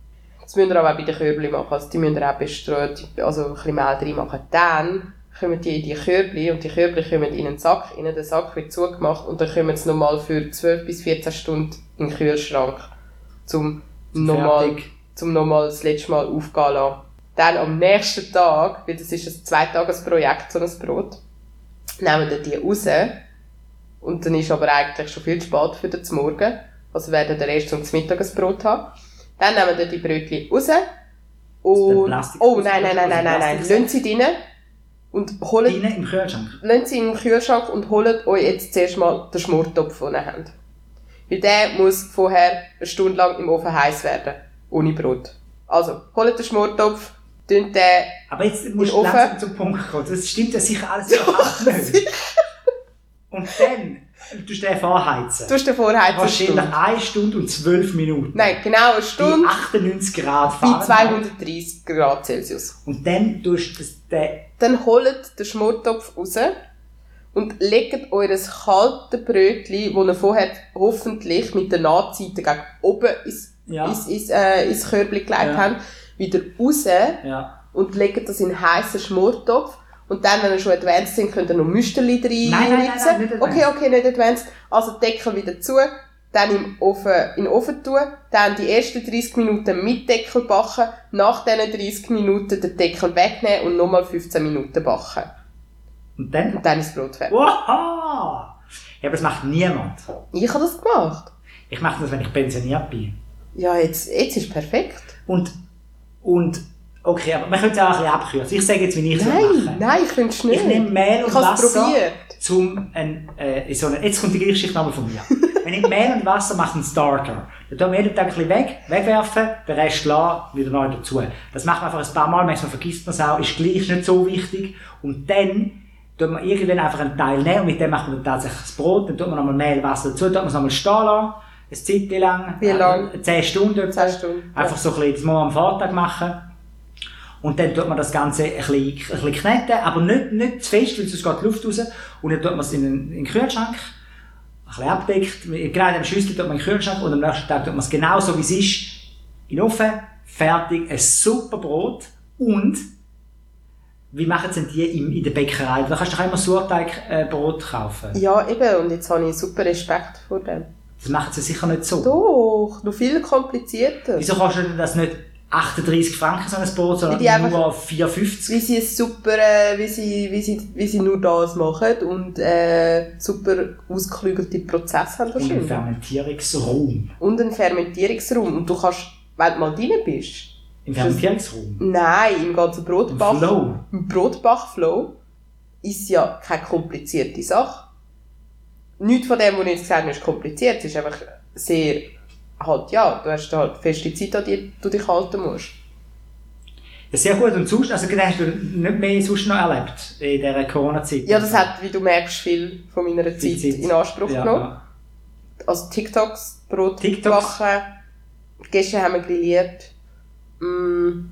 Das müsst ihr aber auch bei den Körbli machen, also die müsst ihr auch bestreut, also ein bisschen Mehl drin machen. Dann kommen die in die Körbli und die Körbli kommen in den Sack, in den Sack wird zugemacht und dann kommen sie nochmal für 12 bis 14 Stunden in den Kühlschrank, zum nochmal Fertig. zum nochmal das letzte Mal aufgehen zu lassen. Dann am nächsten Tag, weil das ist ein Zweitagesprojekt, so ein Brot, nehmen dann die raus. Und dann ist aber eigentlich schon viel zu spät für den Morgen. Also werden dann erst zum Mittag ein Brot haben. Dann nehmen dann die Brötchen raus. der Und, Plastik- oh nein, nein, nein, nein, nein, nein, Plastik- lassen sie drin und holen, Innen im Kühlschrank. lassen sie in den Kühlschrank und holen euch jetzt zuerst mal den Schmortopf, den ihr habt. Weil der muss vorher eine Stunde lang im Ofen heiß werden. Ohne Brot. Also, holt den Schmortopf, tünt den, Aber jetzt musst In du den Ofen. langsam zum Punkt kommen. Das stimmt ja sicher alles überhaupt nicht. Und dann tust du den vorheizen. tust den vorheizen. Wahrscheinlich Stunde. eine Stunde und zwölf Minuten. Nein, genau eine Bei Stunde 98 Grad bei Fahrenheit. 230 Grad Celsius. Und dann tust du das- den Dann holt den Schmortopf raus und legt eures kalten Brötchen, das ihr vorher hoffentlich mit der Nahtseite gegen oben ins, Ja. ins, ins, äh, ins Körbchen gelegt Ja. habt, wieder raus Ja. und legt das in einen heissen Schmortopf. Und dann, wenn ihr schon advanced sind, könnt ihr noch Müsterli reinritzen. Nein, nein, nein, nein, nicht advanced. okay, okay, nicht advanced. Also Deckel wieder zu, dann im Ofen, in den Ofen tun, dann die ersten 30 Minuten mit Deckel backen, nach diesen 30 Minuten den Deckel wegnehmen und nochmal 15 Minuten backen. Und dann. Und dann ist das Brot fertig. Wow! Ja, aber das macht niemand. Ich habe das gemacht. Ich mache das, wenn ich pensioniert bin. Ja, jetzt, jetzt ist perfekt. Und, und Okay, aber man könnte es auch ein bisschen abkürzen. Ich sage jetzt, wie ich es mache. Nein, nein, ich finde es nicht. Ich nehme Mehl und Ich habe es Wasser. probiert. Zum ein, äh, in so eine, jetzt kommt die gleiche Geschichte nochmal von mir. Wenn ich Mehl und Wasser mache, einen Starter. Dann tue ich jeden Tag ein bisschen weg, wegwerfen, den Rest lassen, wieder neu dazu. Das macht man einfach ein paar Mal, manchmal vergisst man es auch, ist gleich, ist nicht so wichtig. Und dann tut man irgendwann einfach einen Teil nehmen und mit dem macht man dann tatsächlich das Brot, dann tut man nochmal Mehl, Wasser dazu, tut man es nochmal stehen lassen, eine Zeit lang. Wie lang? Äh, 10 Stunden. etwa. Zehn Stunden, Einfach ja. so ein bisschen, das muss man am Vortag machen. Und dann tut man das Ganze ein bisschen, ein bisschen kneten, aber nicht, nicht zu fest, weil sonst geht die Luft raus. Und dann tut man es in einen, in den Kühlschrank, ein bisschen abdeckt. Genau in dem Schüssel tut man in den Kühlschrank und am nächsten Tag tut man es genauso wie es ist, in den Ofen, fertig, ein super Brot. Und wie machen denn die in, in der Bäckerei? Da kannst du doch immer Surteigbrot kaufen. Ja, eben, und jetzt habe ich super Respekt vor dem. Das machen sie sicher nicht so. Doch, noch viel komplizierter. Wieso kostet denn das nicht 38 Franken so ein Brot, sondern Weil die einfach- nur 4,50? Wie sie es super, äh, wie, sie, wie, sie, wie sie nur das machen und äh, super ausgeklügelte Prozesse haben Und wahrscheinlich. einen Fermentierungsraum. Und einen Fermentierungsraum. Und du kannst, wenn du mal drin bist, Im Fermentierungsraum. nein, im ganzen Im Brotbach, Flow. im Brotbach-Flow ist ja keine komplizierte Sache. Nichts von dem, was ich jetzt gesagt habe, ist kompliziert. Es ist einfach sehr, halt ja, du hast halt feste Zeit, an die du dich halten musst. Ja, sehr gut. Und sonst, also hast du nicht mehr sonst noch erlebt in dieser Corona-Zeit? Ja, das hat, wie du merkst, viel von meiner Zeit, Die Zeit. in Anspruch Ja, genommen. ja. Also TikToks, Brot TikToks. backen. Gestern haben wir grilliert. Mm,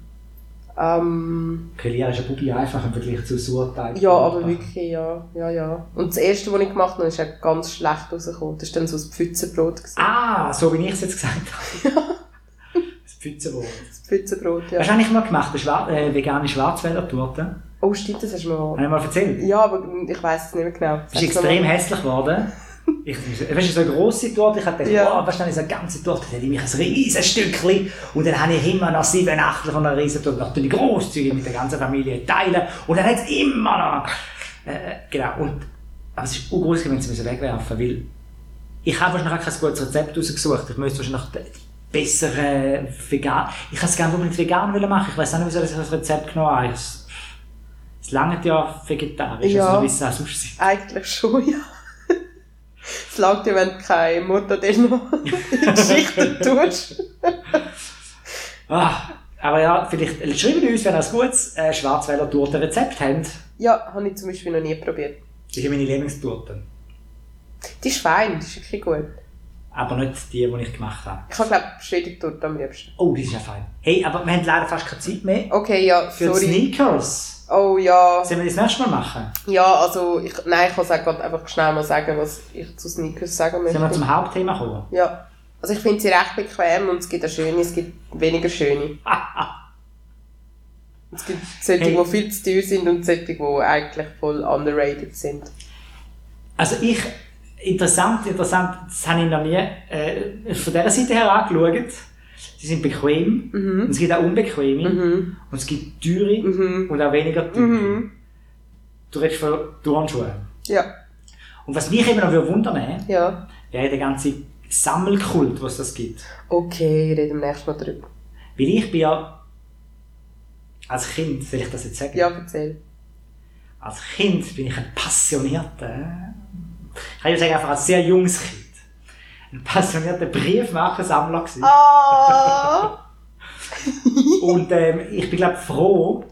ähm, Grillieren ist ein Bubi einfach im Vergleich zu Surteig. ja, aber wirklich, ja, ja, ja. Und das erste, was ich gemacht habe, ist auch ganz schlecht rausgekommen. Das war dann so ein Pfützenbrot. gewesen. Ah, so wie ich es jetzt gesagt habe. das Pfützenbrot. Das Pfützenbrot, ja. Hast du eigentlich mal gemacht, eine Schwar äh, vegane Schwarzwälder-Torte? Oh, stimmt, das hast du mir Habe mal. ich mal erzählt? Ja, aber ich weiss es nicht mehr genau. Es ist extrem hässlich geworden. Ich, weißt du, so eine grosse Torte, ich habe gedacht, Ja. wow, was ist denn so eine ganze Torte? Dann hätte ich mich ein riesen Stückchen und dann habe ich immer noch sieben Achtel von einer riesen Torte. Dann tue ich grosszügig mit der ganzen Familie teilen und dann hat es immer noch... Äh, genau, und, aber es ist ungroß, wenn sie es wegwerfen müssen, weil ich habe wahrscheinlich auch kein gutes Rezept rausgesucht. Ich müsste wahrscheinlich die bessere vegan... Ich habe es gerne unbedingt vegan wollen machen. Ich weiß auch nicht, wieso ich das Rezept genommen habe. Es- Es langt ja vegetarisch, Ja. also wie es auch sonst ist. Eigentlich schon, ja. Es lag dir, wenn du keine Mortadella in die Geschichte tust. Ah, aber ja, vielleicht äh, schreibt uns, wenn ihr ein gutes äh, Schwarzwälder Torte-Rezept habt. Ja, habe ich zum Beispiel noch nie probiert. Das sind meine Lieblingstorte. Die ist fein, die ist wirklich gut. Aber nicht die, die ich gemacht habe. Ich habe, glaube ich, Schweditorte am liebsten. Oh, die ist ja fein. Hey, aber wir haben leider fast keine Zeit mehr. Okay, ja, Für die sorry. Sneakers. Oh ja. Sollen wir das nächste Mal machen? Ja, also, ich, nein, ich kann es auch grad einfach schnell mal sagen, was ich zu Sneakers sagen Sollen wir möchte. zum Hauptthema kommen? Ja. Also, ich finde sie recht bequem und es gibt auch schöne, es gibt weniger schöne. es gibt solche, Hey. die viel zu teuer sind und solche, die eigentlich voll underrated sind. Also ich, interessant, interessant, das habe ich noch nie äh, von dieser Seite her angeschaut. Sie sind bequem. Und es gibt auch unbequeme. Mhm. Und es gibt teure und auch weniger teure. Du redest von Turnschuhen. Ja. Und was mich immer noch wundern würde, Ja. wäre der ganze Sammelkult, was das gibt. Okay, reden wir nächstes Mal drüber. Weil ich bin ja als Kind, soll ich das jetzt sagen? Ja, erzähl. Als Kind bin ich ein passionierter, äh, ich kann ich sagen, einfach als sehr junges Kind, ein passionierter Briefmarkensammler gewesen. Ah! Und ähm, ich bin glaube froh,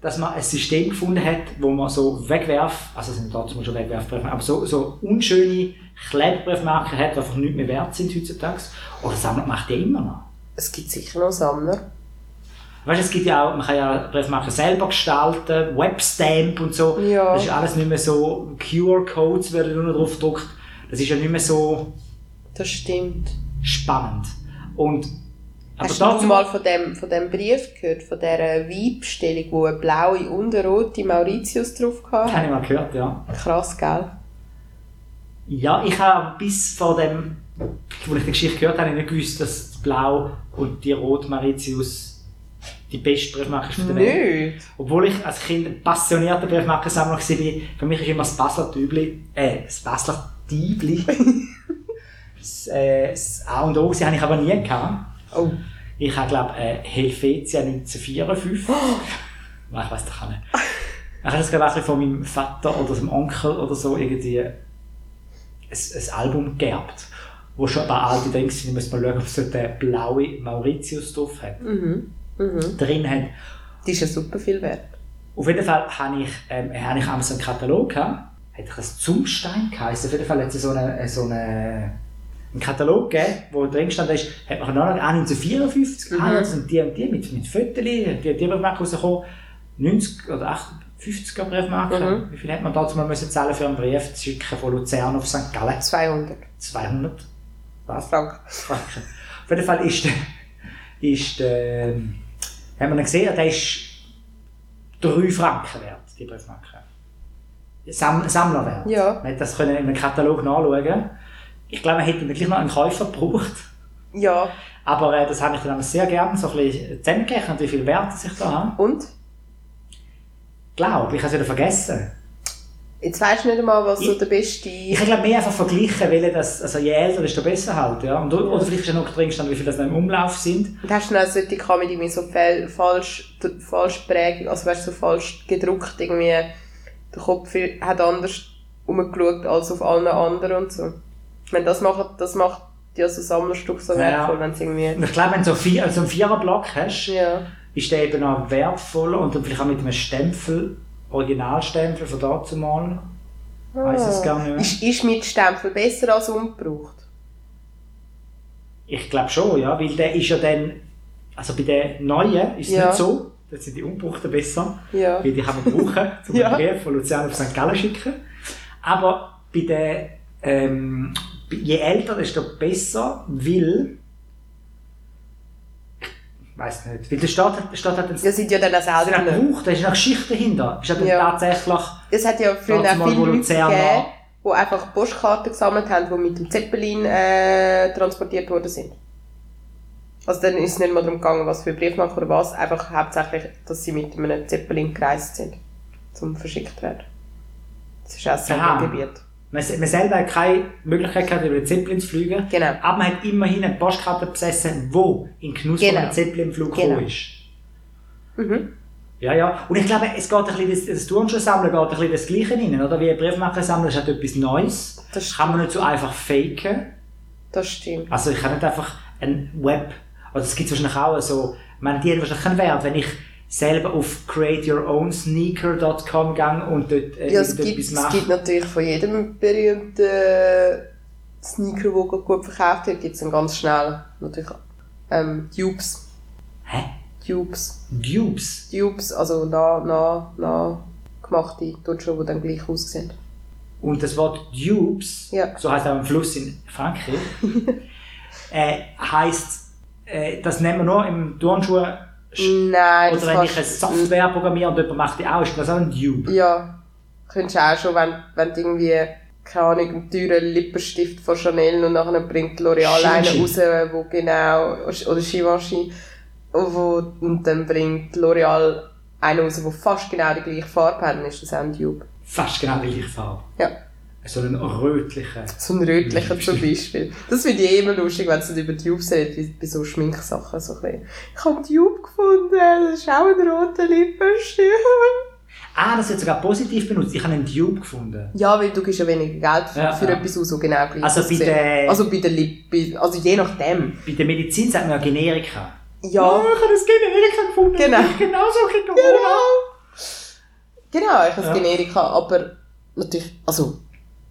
dass man ein System gefunden hat, wo man so wegwerf, also es sind dazu schon Wegwerfbriefmarken, aber so, so unschöne Klebbriefmarken hat, die einfach nicht mehr wert sind heutzutage. Oder Sammler macht ja immer noch. es gibt sicher noch Sammler. Weißt, du, es gibt ja auch, man kann ja Briefmarken selber gestalten, Webstamp und so. Ja. Das ist alles nicht mehr so, QR-Codes werden nur noch drauf gedruckt. Das ist ja nicht mehr so Das stimmt. spannend. Und, aber Hast du dazu, mal von dem, von dem Brief gehört, von dieser Weibstellung, wo eine blaue und eine rote Mauritius drauf das habe hatte? ich mal gehört, ja. Krass, gell? Ja, ich habe bis vor dem, wo ich die Geschichte gehört habe, nicht gewusst, dass die Blau und die Rot Mauritius die beste Briefmarke ist von der Welt. Nicht. Obwohl ich als Kind ein passionierter Briefmarkensammler war, für mich ist immer das Basler Tübli, äh, das Basler Tübli, das, äh, das A und O, gewesen, habe ich aber nie gehabt. Oh. Ich habe, glaube äh, Helvetia 1954. Nein, ich weiß doch auch nicht. Ich habe das, glaube ich, auch von meinem Vater oder dem Onkel oder so irgendwie ein, ein Album geerbt, wo schon ein paar alte Dinge sind. Da müssen wir schauen, ob es dort den blauen Mauritius drauf hat. Mhm. Mhm. Drin hat. Die ist ja super viel wert. Auf jeden Fall habe ich, ähm, habe ich einmal so einen Katalog gehabt. Hat ich ein Zumstein geheißen. Auf jeden Fall hat es so einen, so einen, einen Katalog gegeben, wo drin stand, ist, hat man noch ah, 1954, Mhm. ah, jetzt sind die und die mit, mit Fötterchen, die und die Briefmarken rausgekommen. 90 oder 58er Briefmarken. Wie viel hat man dazu mal müssen zahlen für einen Brief zu schicken von Luzern auf St. Gallen? 200 200 Was? Franken. Franken. Auf jeden Fall ist der, ist der, ähm, haben wir ihn gesehen, der ist 3 Franken wert, die Briefmarke. Sam, Sammlerwert. Ja. Man hat das können in einem Katalog nachschauen. Ich glaube, man hätte dann gleich noch einen Käufer gebraucht. Ja, Aber äh, das habe ich dann sehr gerne so ein bisschen zusammengerechnet, wie viel Wert das ich da habe. und? Ich glaube, ich habe es wieder vergessen. Jetzt weisst du nicht einmal, was so Ich- der beste... Ich glaube, mehr einfach verglichen, weil das, also je älter, desto besser halt. Ja. Und, oder vielleicht ist ja noch drin gestanden, wie viel das noch im Umlauf sind. Und hast du dann auch solche Comedy mit so fel- falsch, d- falsch prägen, also weißt du, so falsch gedruckt irgendwie, der Kopf hat anders umgeschaut als auf allen anderen und so. Ich meine, das macht, das macht ja so Sammlerstück so Ja. wertvoll, wenn es Und irgendwie... ich glaube, wenn du so, vier, also einen Viererblock hast, Ja. ist der eben auch wertvoller und dann vielleicht auch mit einem Stempel, Originalstempel von dazu mal. Weiß es gar nicht mehr. Ist, ist mit Stempel besser als ungebraucht? Ich glaube schon, ja, weil der ist ja dann, also bei den neuen ist es Ja. nicht so, da sind die Umbuchten besser, Ja. weil die kann man brauchen, zum Ja. Brief von Luzern auf St. Gallen schicken. Aber bei den, ähm, je älter, desto besser, weil, ich weiß nicht, weil der Staat, der Staat hat den Das sind ja dann auch Also der seltener. Brauch, da ist eine Geschichte dahinter. Ist ja dann Ja. tatsächlich. Es hat ja früher Dazu auch mal, wo viele Leute Luzern gegeben, war. die einfach Postkarten gesammelt haben, die mit dem Zeppelin äh, transportiert worden sind. Also dann ist es nicht mal darum gegangen, was für Briefmarke oder was, einfach hauptsächlich, dass sie mit einem Zeppelin gereist sind, zum verschickt werden. Das ist auch das Aha. Gebiet. Man, se- man selber hat keine Möglichkeit gehabt, über den Zeppelin zu fliegen. Genau. Aber man hat immerhin eine Postkarte besessen, wo in Genuss Genau. von einem Zeppelinflug Genau. gekommen ist. Mhm. Ja, ja. Und ich glaube, es geht ein bisschen, das, das Turnschuhsammeln geht ein bisschen das Gleiche rein, oder? Wie ein Briefmarken sammeln, ist halt etwas Neues. Das stimmt. kann man nicht so einfach faken. Das stimmt. Also ich kann nicht einfach ein Web, oder es gibt wahrscheinlich auch so, ich meine, die haben wahrscheinlich keinen Wert, wenn ich selber auf createyourown.sneaker.com gehe und dort äh, Ja, es gibt, es gibt natürlich von jedem berühmten äh, Sneaker, der gut verkauft wird, gibt es dann ganz schnell natürlich ähm, Dupes. Hä? Dupes. Dupes? Tubes, also nah, nah, nah gemachte Dutsche, die dann gleich aussehen. Und das Wort Dupes, Ja. so heißt auch ein Fluss in Frankreich, äh, heißt, äh, das nehmen wir nur im Turnschuh. Nein, Oder wenn ich eine kannst- Software programmiere und jemand macht die auch, ist das auch ein Dupe. Ja, könntest du auch schon, wenn, wenn du irgendwie, keine Ahnung, einen teuren Lippenstift von Chanel und nachher bringt L'Oreal einen raus, Givenchy. wo genau, oder Givenchy, und wo, und dann bringt L'Oreal einen raus, der fast genau die gleiche Farbe hat, dann ist das auch ein Tube. Fast genau die gleiche Farbe. Ja. So einen rötlichen. So ein rötlicher zum Beispiel. Das finde ich eh immer lustig, wenn es über Tubes redet, wie bei so Schminksachen. So ein bisschen. ich habe Tube gefunden, das ist auch ein roter Lippenstift. Ah, das wird sogar positiv benutzt. Ich habe einen Dupe gefunden. Ja, weil du gibst ja weniger Geld für, Ja, für ja. etwas aus, so genau gleich Also bei aussieht. der- Also bei der Lippe, also je nachdem. Bei der Medizin sagt man ja Generika. Ah, Ja, ich habe das Generika gefunden. Genau. Ich genauso ein Corona. genau, ich habe Ja. Generika, aber natürlich, also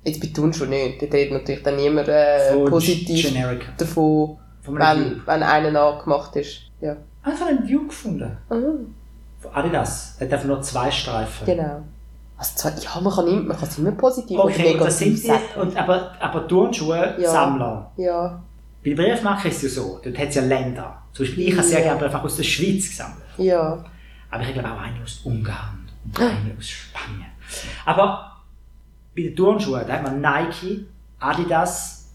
jetzt bei Tun schon nicht, dort redet natürlich dann niemand äh, Von positiv Generika. davon, Von einem wenn, Dupe. wenn einer nachgemacht ist. Ja. Ah, Ich habe einen Dupe gefunden. Mhm. Von Adidas. Er darf nur zwei Streifen. Genau. Also zwar, ja, man kann immer, man kann es immer positiv Okay, und das sind die, sagen. und, aber, aber Turnschuhe, Ja. Sammler. Ja, Bei der Briefmarke ist es ja so, dort hat es ja Länder. Zum Beispiel, ich habe sehr Ja. gerne einfach aus der Schweiz gesammelt. ja. Aber ich glaube auch eine aus Ungarn und Ah. eine aus Spanien. Aber bei den Turnschuhen, da hat man Nike, Adidas,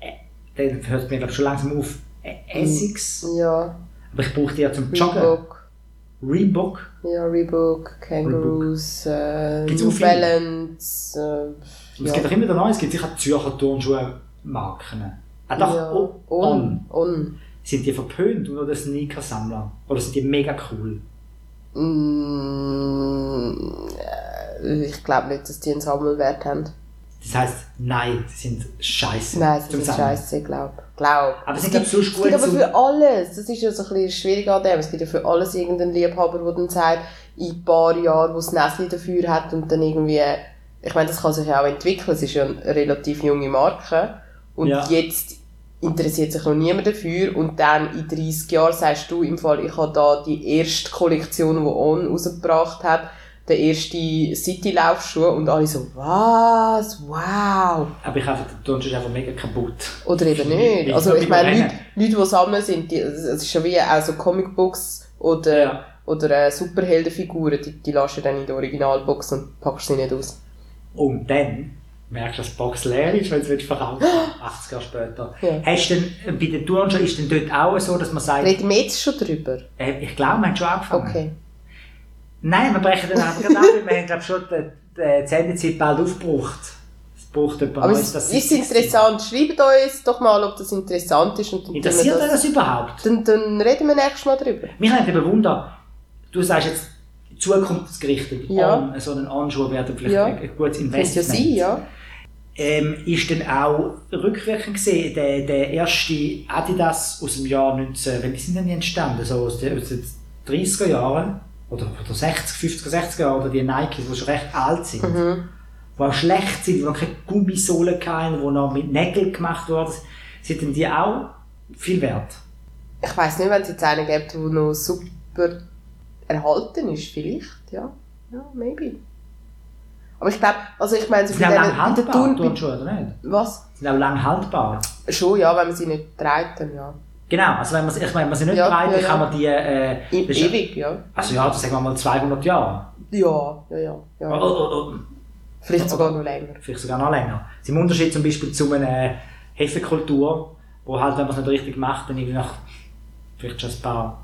äh, dann hört es mir glaube ich schon langsam auf, äh, Essex, Ja. aber ich brauche die ja zum Joggen, Mhm. Reebok. Reebok, Ja, Reebok, Kangaroos, äh, Gibt's New auch viele? Balance. Äh, und es ja. gibt auch immer wieder Neues, es gibt sicher Zürcher Turnschuhe-Marken. Ah doch, ja. oh, On. On. Es Sind die verpönt unter den Sneaker-Sammlern? Oder sind die mega cool? Mm, äh, ich glaube nicht, dass die einen Sammelwert haben. Das heisst, nein, sie sind scheiße. Nein, das zum ist Sammeln. scheiße, glaube glaub. Aber sie Es gibt sonst es gut gibt aber zum- für alles, das ist ja so ein bisschen schwierig an dem, es gibt ja für alles irgendeinen Liebhaber, der dann sagt, in ein paar Jahren, wo es Nestle dafür hat und dann irgendwie, ich meine, das kann sich ja auch entwickeln, es ist ja eine relativ junge Marke und Ja. jetzt interessiert sich noch niemand dafür und dann in 30 Jahren sagst du im Fall, ich habe da die erste Kollektion, die On rausgebracht hat, der erste City-Laufschuh und alle so, was, wow. Aber ich einfach, der Dunsch ist einfach mega kaputt. Oder eben nicht. Ich- Also ich- ich meine, ich- Leute, Leute, die sammeln sind, die, es ist ja wie auch so Comicbooks oder, Ja. oder äh, Superheldenfiguren, die, die lässt du dann in die Originalbox und packst sie nicht aus. Und dann merkst du, dass die Box leer ist, weil es wird verkauft. 80 Jahre später. Ja. Hast du denn, bei den Turnschuhen ist denn dort auch so, dass man sagt, Reden wir jetzt schon drüber? äh, ich glaube, wir haben schon angefangen. Okay. Nein, wir brechen den einfach gerade ab, weil wir haben, glaube ich, schon die, äh, die Sendezeit bald aufgebraucht. Es braucht jemand Aber Neues, es dass ist interessant. Schreibt uns doch mal, ob das interessant ist. Und dann, tun wir Interessiert euch das, das überhaupt? dann, dann reden wir nächstes Mal drüber. Mich nimmt eben Wunder, du sagst jetzt, zukunftsgerichtet, Ja. On, so ein On-Schuh wäre dann vielleicht Ja. ein ein Könnte gutes ja Investment. sein, ja. ähm, ist dann auch rückwirkend gesehen der, der erste Adidas aus dem Jahr 19, wann sind denn die entstanden? So aus den, aus den 30er Jahren oder, oder 60, 50er, 60er Jahren oder die Nikes, die schon recht alt sind, Mhm. die auch schlecht sind, die noch keine Gummisohlen hatten, die noch mit Nägeln gemacht wurden, sind denn die auch viel wert? Ich weiss nicht, wenn es jetzt einen gibt, der noch super erhalten ist, vielleicht, ja. Ja, maybe. Aber ich glaube, also ich meine, so Sind auch diesen- lang den haltbar, Turn- tun schon, oder nicht? Was? Sind auch lang haltbar. Schon, ja, wenn man sie nicht trägt, dann ja. Genau, also wenn man, sie- ich meine, wenn man sie nicht Ja, breit, ja, ja. kann man die... Äh, I- das ist ja- Ewig, ja. Also ja, das sagen wir mal 200 Jahre. Ja, ja, ja. Oh, ja. oh, oh, oh. Vielleicht sogar noch länger. vielleicht sogar noch länger. Das ist im Unterschied zum Beispiel zu einer Hefekultur, wo halt, wenn man es nicht richtig macht, dann irgendwie nach vielleicht schon ein paar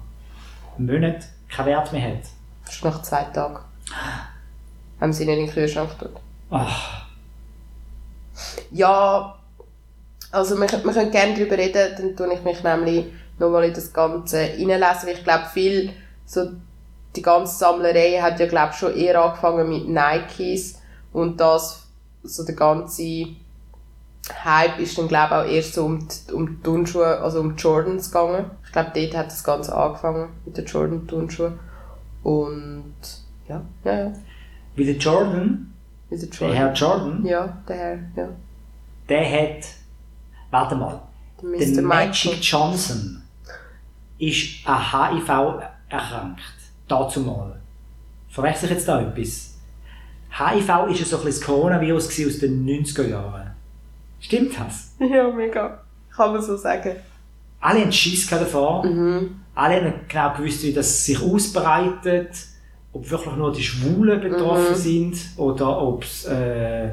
Monaten keinen Wert mehr hat. Schon nach zwei Tagen. Wenn man sie nicht in den Kühlschrank tut. Ach, Ja, also wir, kö- wir können gerne darüber reden, dann tue ich mich nämlich nochmal in das Ganze reinlesen, weil ich glaube viel, so die ganze Sammlerei hat ja glaube schon eher angefangen mit Nikes und das, so der ganze Hype ist dann glaube auch erst so um die, um die Turnschuhe, also um die Jordans gegangen. Ich glaube dort hat das Ganze angefangen mit den Jordan-Turnschuhen und ja, ja, ja, wie der Jordan, mit den der Jordan. Herr Jordan, Ja, der Herr, ja, der hat, warte mal, der Mr. der Magic Michael. Johnson ist an HIV erkrankt. Dazu mal. Verwechsel ich jetzt da etwas? HIV war ja so ein bisschen das Coronavirus gewesen aus den 90er Jahren. Stimmt das? Ja, mega. Kann man so sagen. alle haben Schiss gehabt davor. Alle haben genau gewusst, wie das sich ausbreitet. Ob wirklich nur die Schwulen betroffen sind oder ob es äh,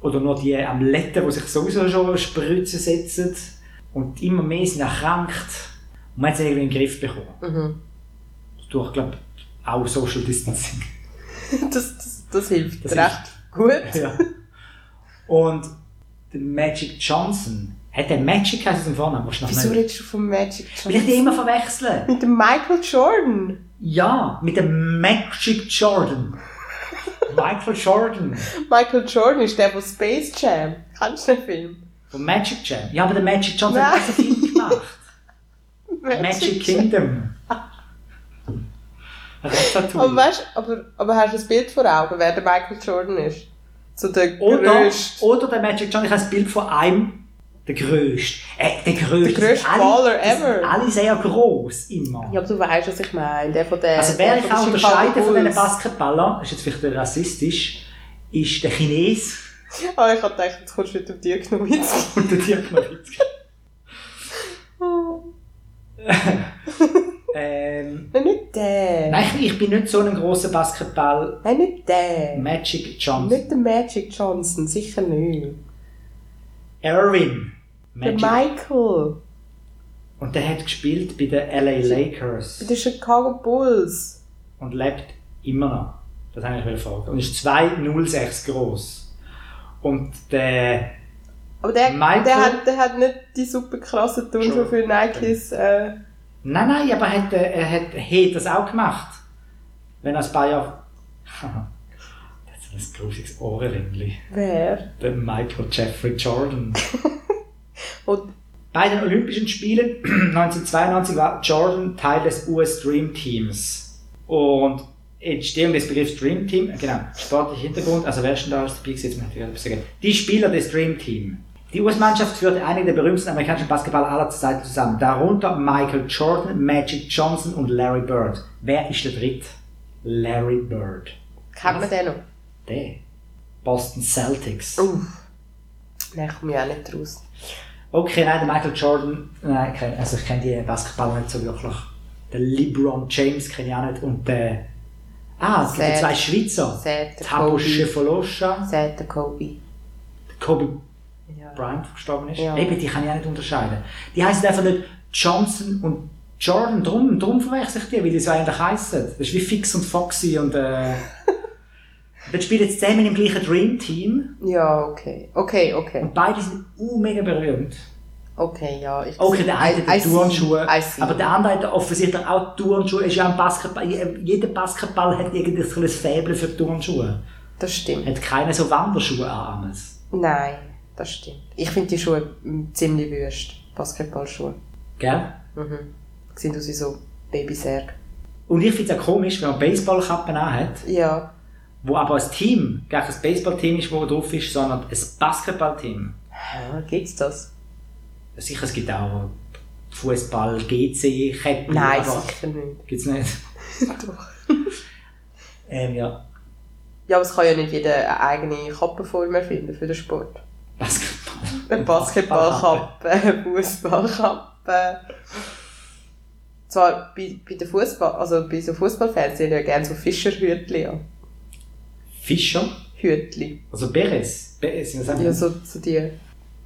oder nur die am Letten, die sich sowieso schon Spritzen setzen. Und immer mehr sind erkrankt. Und man hat es irgendwie in den Griff bekommen. Durch, glaube auch Social Distancing. Das, das, das hilft Das recht gut. ja. Und der Magic Johnson, hat der Magic heißt im Vornamen? Willst du noch Wieso nennen? redest du vom Magic Weil ich Johnson? die immer verwechseln. Mit dem Michael Jordan. Ja, mit dem Magic Jordan. Michael Jordan Michael Jordan ist der von Space Jam. Kannst du den Film? von Magic Jam. Ja, aber der Magic Johnson Nein. hat so viel gemacht. Magic Kingdom. Aber Ratatouille. weißt aber, aber hast du ein Bild vor Augen, wer der Michael Jordan ist? So der Oder, grösste, oder der Magic Johnson. Ich habe ein Bild von einem, der grösste. Äh, der grösste. Der grösste Alle- Baller die sind ever. Alle sehr gross, immer. Ja, aber du weißt, was ich meine. Der von der. Also wer der ich den auch Chicago unterscheide von diesen Bulls. Basketballern, ist jetzt vielleicht ein bisschen rassistisch, ist der Chines Ah, ich hab gedacht, jetzt kommst du mit dem Tier genommen. Jetzt. und der Dirk Nowitzki. ähm, Nein, nicht der. Nein, ich, ich bin nicht so ein großer Basketball Nein, nicht der. Magic Johnson. Nicht der Magic Johnson, sicher nicht. Irvin Der Magic. Michael, Und der hat gespielt bei den LA bei Lakers den Chicago Bulls. und lebt immer noch. Das habe ich will fragen. Und ist 2,06 groß. Und der Aber der, Michael- der, hat, der hat nicht die super krassen Turnschuhe Schon. für Nikes. Äh, Nein, nein, aber hat, äh, er hat, hat das auch gemacht. Wenn er ein paar Jahre... das ist ein grusiges Ohrenringli. wer? Der Michael Jeffrey Jordan. Und Bei den Olympischen Spielen 1992 war Jordan Teil des US Dream Teams. Und Entstehung des Begriffs Dream Team, genau, sportlicher Hintergrund, also wer ist denn da als dabei gesetzt? Die Spieler des Dream Team. Die US-Mannschaft führte einige der berühmtesten amerikanischen Basketballer aller Zeiten zusammen, darunter Michael Jordan, Magic Johnson und Larry Bird. Wer ist der dritte? Larry Bird. kennt man den noch? Der. Boston Celtics. Uff. Nein, komme ich auch nicht raus. Okay, nein, der Michael Jordan, nein, ich kenn- also ich kenne die Basketballer nicht so wirklich. Der LeBron James kenne ich auch nicht und der... Ah, es gibt Sad. zwei Schweizer. Sad, der Tabo Kobe. Schiffoloscha, Sagt der Kobe. Kobe Ja. Bryant, der gestorben ist. Ja. Eben, die kann ich auch nicht unterscheiden. Die heißen einfach nicht Johnson und Jordan, drum, drum verwechsel ich die, weil die so eigentlich heißen. Das ist wie Fix und Foxy und... Äh, Dann spielen jetzt zusammen im gleichen Dream-Team ja, okay. Okay, okay. und beide sind uh, mega berühmt. Okay, ja. Ich Okay, der eine I- I hat see, Turnschuhe, I see. aber der andere hat offensichtlich auch Turnschuhe. Ist ja ein Basketball. je- Jeder Basketball hat irgendein kleines Faible für Turnschuhe. das stimmt. Hat keine so Wanderschuhe an. Ames. Nein, das stimmt. Ich finde die Schuhe mm, ziemlich wüst. Basketballschuhe. Gell? Mhm. Sieht aus wie so Babysärg. Und ich finde es auch komisch, wenn man Baseballkappen anhat, Ja. wo aber ein Team, gar kein Baseballteam ist, wo drauf ist, sondern ein Basketballteam. Hä, Gibt's das? Sicher, es gibt auch Fußball, GC, Ketten. Nein, aber sicher nicht. gibt's nicht. Doch. Ähm, ja, Ja, aber es kann ja nicht jeder eine eigene Kappenform erfinden für den Sport. Basketball. Eine Basketballkappe, eine Fußballkappe. Zwar bei, bei den Fußball, also bei so Fußballfans sehen ja gerne so Fischerhütli an. Fischer, Hütli. also Beres. Beres, wie sagen Ja, wir so zu dir.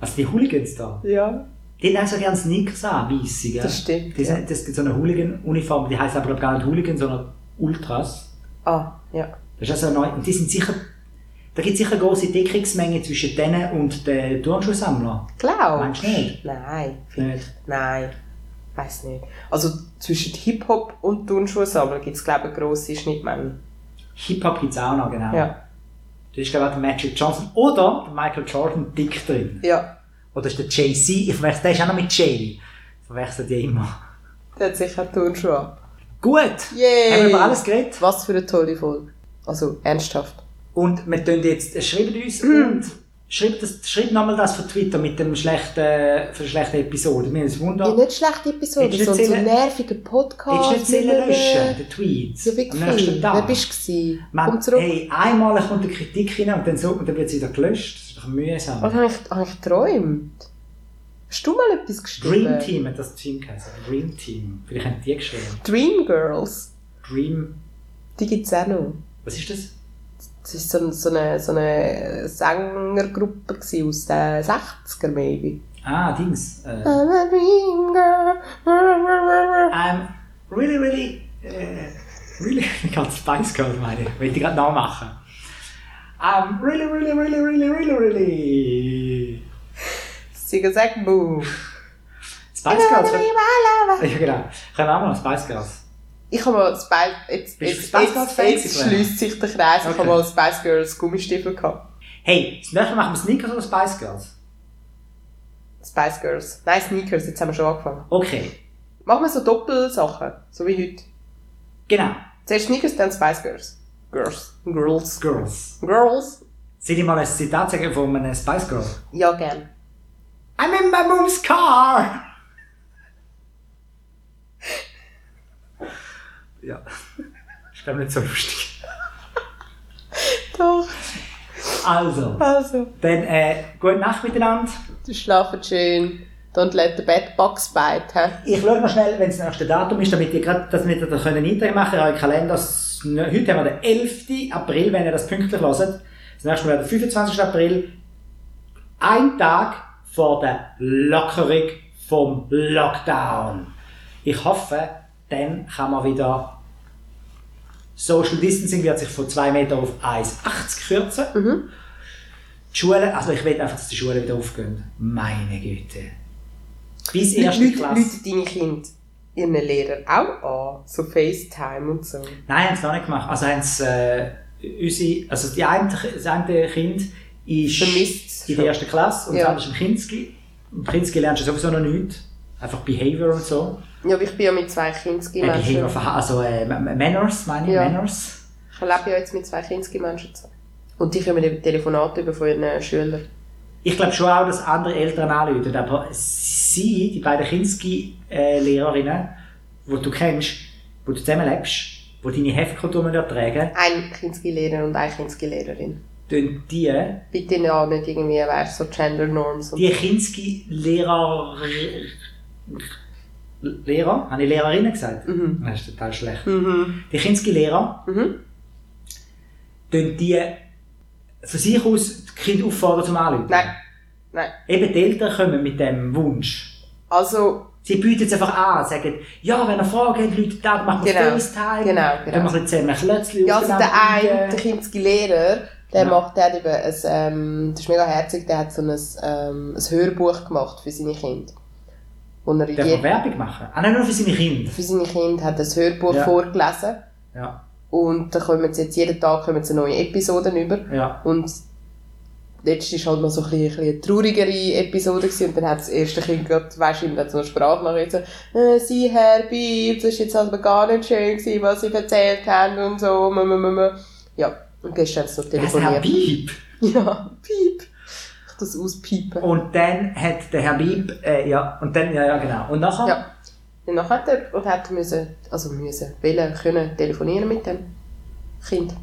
Also die Hooligans da. Ja. Die haben auch so gerne Sneakers an, weisse, gell? Das stimmt, Die ja. sind, das gibt so eine Hooligan-Uniform, die heisst aber glaub, gar nicht Hooligan, sondern Ultras. Ah, ja. Das ist also neu. Und die sind sicher, da gibt es sicher eine grosse Deckungsmenge zwischen denen und den Turnschuhsammlern. Glaubst Meinst du nicht? Nein. Nicht. Nein. Weiß nicht. Also zwischen Hip-Hop und Turnschuhsammler gibt es, glaube ich, eine grosse Schnittmenge. Hip-Hop gibt es auch noch, genau. Ja. Da ist glaube ich auch der Magic Johnson oder der Michael Jordan dick drin. Ja. Oder ist der Jay-Z, ich verwechsel, der ist auch noch mit Jay. Ich Verwechsel die immer. Der hat sicher einen Turnschuh an. Gut! Yay. Haben wir über alles geredet? Was für eine tolle Folge. Also, ernsthaft. Und wir tun jetzt, äh, schreibt uns Mhm. und schreibt, das, schreibt nochmal das von Twitter mit dem schlechten, für die schlechte Episode. Wir haben ein Ja, Wunder. nicht schlechte Episode, Hättest du sondern so ein erzählen- nerviger Hättest Podcast. du nicht Zählen löschen, den Tweet? Ja, äh, Am nächsten wirklich. Wer Tag. bist du? Man, Komm zurück. Hey, einmal kommt eine Kritik rein und dann, so, und dann wird es wieder gelöscht. Das ist doch mühsam. Was habe ich, hab ich geträumt? Hast du mal etwas geschrieben? Dream Team hat das Team geheißen. Dream Team. Vielleicht haben die geschrieben. Dream Girls. Dream. Die gibt es auch noch. Was ist das? Das war so, so eine, so eine Sängergruppe gewesen aus den 60er, maybe. Ah, Dings. Äh, I'm a dream girl. I'm Ähm, really, really. Äh, really. Ganz Spice Girls meine ich. Will ich gerade nachmachen. I'm Ähm, really, really, really, really, really, really. Zigazag Boom. Spice Girls. Ja, genau. Können wir auch mal Spice Girls. Ich habe mal Spice, jetzt, Bist du jetzt, Spice Girls jetzt, Fan jetzt gewesen? schließt sich der Kreis. Ich Okay. habe mal Spice Girls Gummistiefel gehabt. Hey, das nächste Mal machen wir Sneakers oder Spice Girls? Spice Girls. Nein, Sneakers, jetzt haben wir schon angefangen. Okay, Machen wir so Doppelsachen, so wie heute. genau. Zuerst Sneakers, dann Spice Girls. Girls. Girls. Girls. Girls? Seht ihr mal ein Zitat sagen von einem Spice Girl? Ja, gern. I'm in my mom's car! ja. Ist glaube nicht so lustig. Doch. Also, Also. dann äh, gute Nacht miteinander. Du schlafen schön. Don't let the bed bugs bite, hä? Ich schaue noch schnell, wenn das nächste Datum ist, damit ihr gerade das mit da können Eintrag machen könnt. Euer Kalender. s- ne- Heute haben wir den 11. April, wenn ihr das pünktlich hört. Das nächste Mal wäre der 25. April. Ein Tag vor der Lockerung vom Lockdown. Ich hoffe, dann kann man wieder. Social Distancing wird sich von 2 Meter auf 1,80 kürzen. Die Schulen, also ich will einfach, dass die Schulen wieder aufgehen. Meine Güte. Bis erste Leute, Klasse. Leute deine Kinder ihren Lehrer auch an, so FaceTime und so. Nein, haben sie noch nicht gemacht. Also haben sie, äh, unsere, also die eine, das eine Kind ist Vermisst in schon. der ersten Klasse und Ja. das andere ist im Kinski. Im Kinski lernst du sowieso noch nichts. Einfach Behavior und so. Ja, aber ich bin ja mit zwei Äh, Behavior, Kindsgemenschen. Verha- also äh, M- M- Manners, meine ich, Ja. Manners. Ich lebe ja jetzt mit zwei Kindsgemenschen zusammen. Und die kommen eben Telefonate über von ihren Schülern. Ich glaube schon auch, dass andere Eltern anrufen, aber sie, die beiden Kinski-Lehrerinnen, die du kennst, die du zusammenlebst, die deine Heftkulturen ertragen, Ein Kindsgelehrer und eine Kindsgelehrerin. tun die Bitte ja nicht irgendwie, weißt so Gender Norms und Die Kinski-Lehrer. Lehrer? Habe ich Lehrerinnen gesagt? Mhm. Das ist total schlecht. Mhm. Die Kinski-Lehrer Mhm. tun die von sich aus die Kinder auffordern zum Anrufen. Nein. Nein. Eben die Eltern kommen mit dem Wunsch. Also, Sie bieten es einfach an, sagen, ja, wenn ihr Fragen habt, Leute, da machen wir Genau. FaceTime, Genau, dann genau. machen wir ein bisschen zusammen Klötzchen ja, also der Genau, eine, der Kindsgelehrer, der Ja. macht, der hat eben ein, ähm, das ist mega herzig, der hat so ein, ähm, ein Hörbuch gemacht für seine Kinder. Und er in Darf man jedem- Werbung machen? Ah, nein, nur für seine Kinder. für seine Kinder hat er das Hörbuch Ja. vorgelesen. Ja, Und da kommen sie jetzt jeden Tag kommen sie neue Episoden über. ja. Und letztes war halt mal so ein bisschen, ein bisschen eine traurigere Episode gewesen. und dann hat das erste Kind gerade, weisst du, ihm dann so eine Sprachnachricht so, äh, «Sie, Herr Bieb, das war jetzt aber gar nicht schön, gewesen, was Sie erzählt haben und so, m -m -m -m. Ja, und gestern hat es noch Der heißt Herr telefoniert. Bieb. Ja, Piep. Ich das auspiepen. Und dann hat der Herr Bieb, äh, ja, und dann, ja, ja, genau. Und nachher? Ja. Und dann hat er, und hat müssen, also müssen, wollen, können telefonieren mit dem Kind.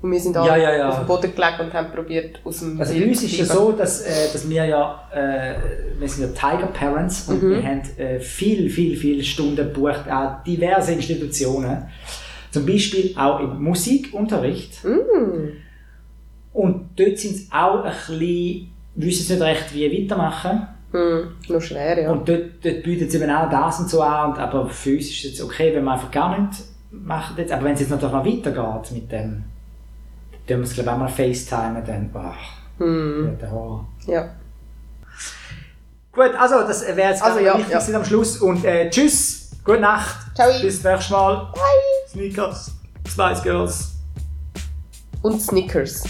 Und wir sind alle Ja, ja, ja. auf dem Boden gelegen und haben probiert, aus dem Also bei Bild uns zu ist es bleiben. so, dass, äh, dass wir ja, äh, wir sind ja Tiger Parents und wir haben äh, viel, viel, viel Stunden gebucht an diverse Institutionen. Zum Beispiel auch im Musikunterricht. Und dort sind sie auch ein bisschen, wissen sie nicht recht, wie weitermachen. Hm, noch schwer, ja. Und dort, dort bietet es eben auch das und so an. Und, aber für uns ist es jetzt okay, wenn wir einfach gar nicht machen. Jetzt. Aber wenn es jetzt natürlich noch weitergeht mit dem, dann tun wir es glaube ich auch mal FaceTime, dann, boah, Mhm. ja, der Horror. ja. Gut, also das wäre jetzt Also, also, ja, ja, wichtig ja. gewesen am Schluss. Und äh, tschüss, gute Nacht. Ciao. Bis nächstes Mal. Sneakers, Spice Girls. Und Snickers.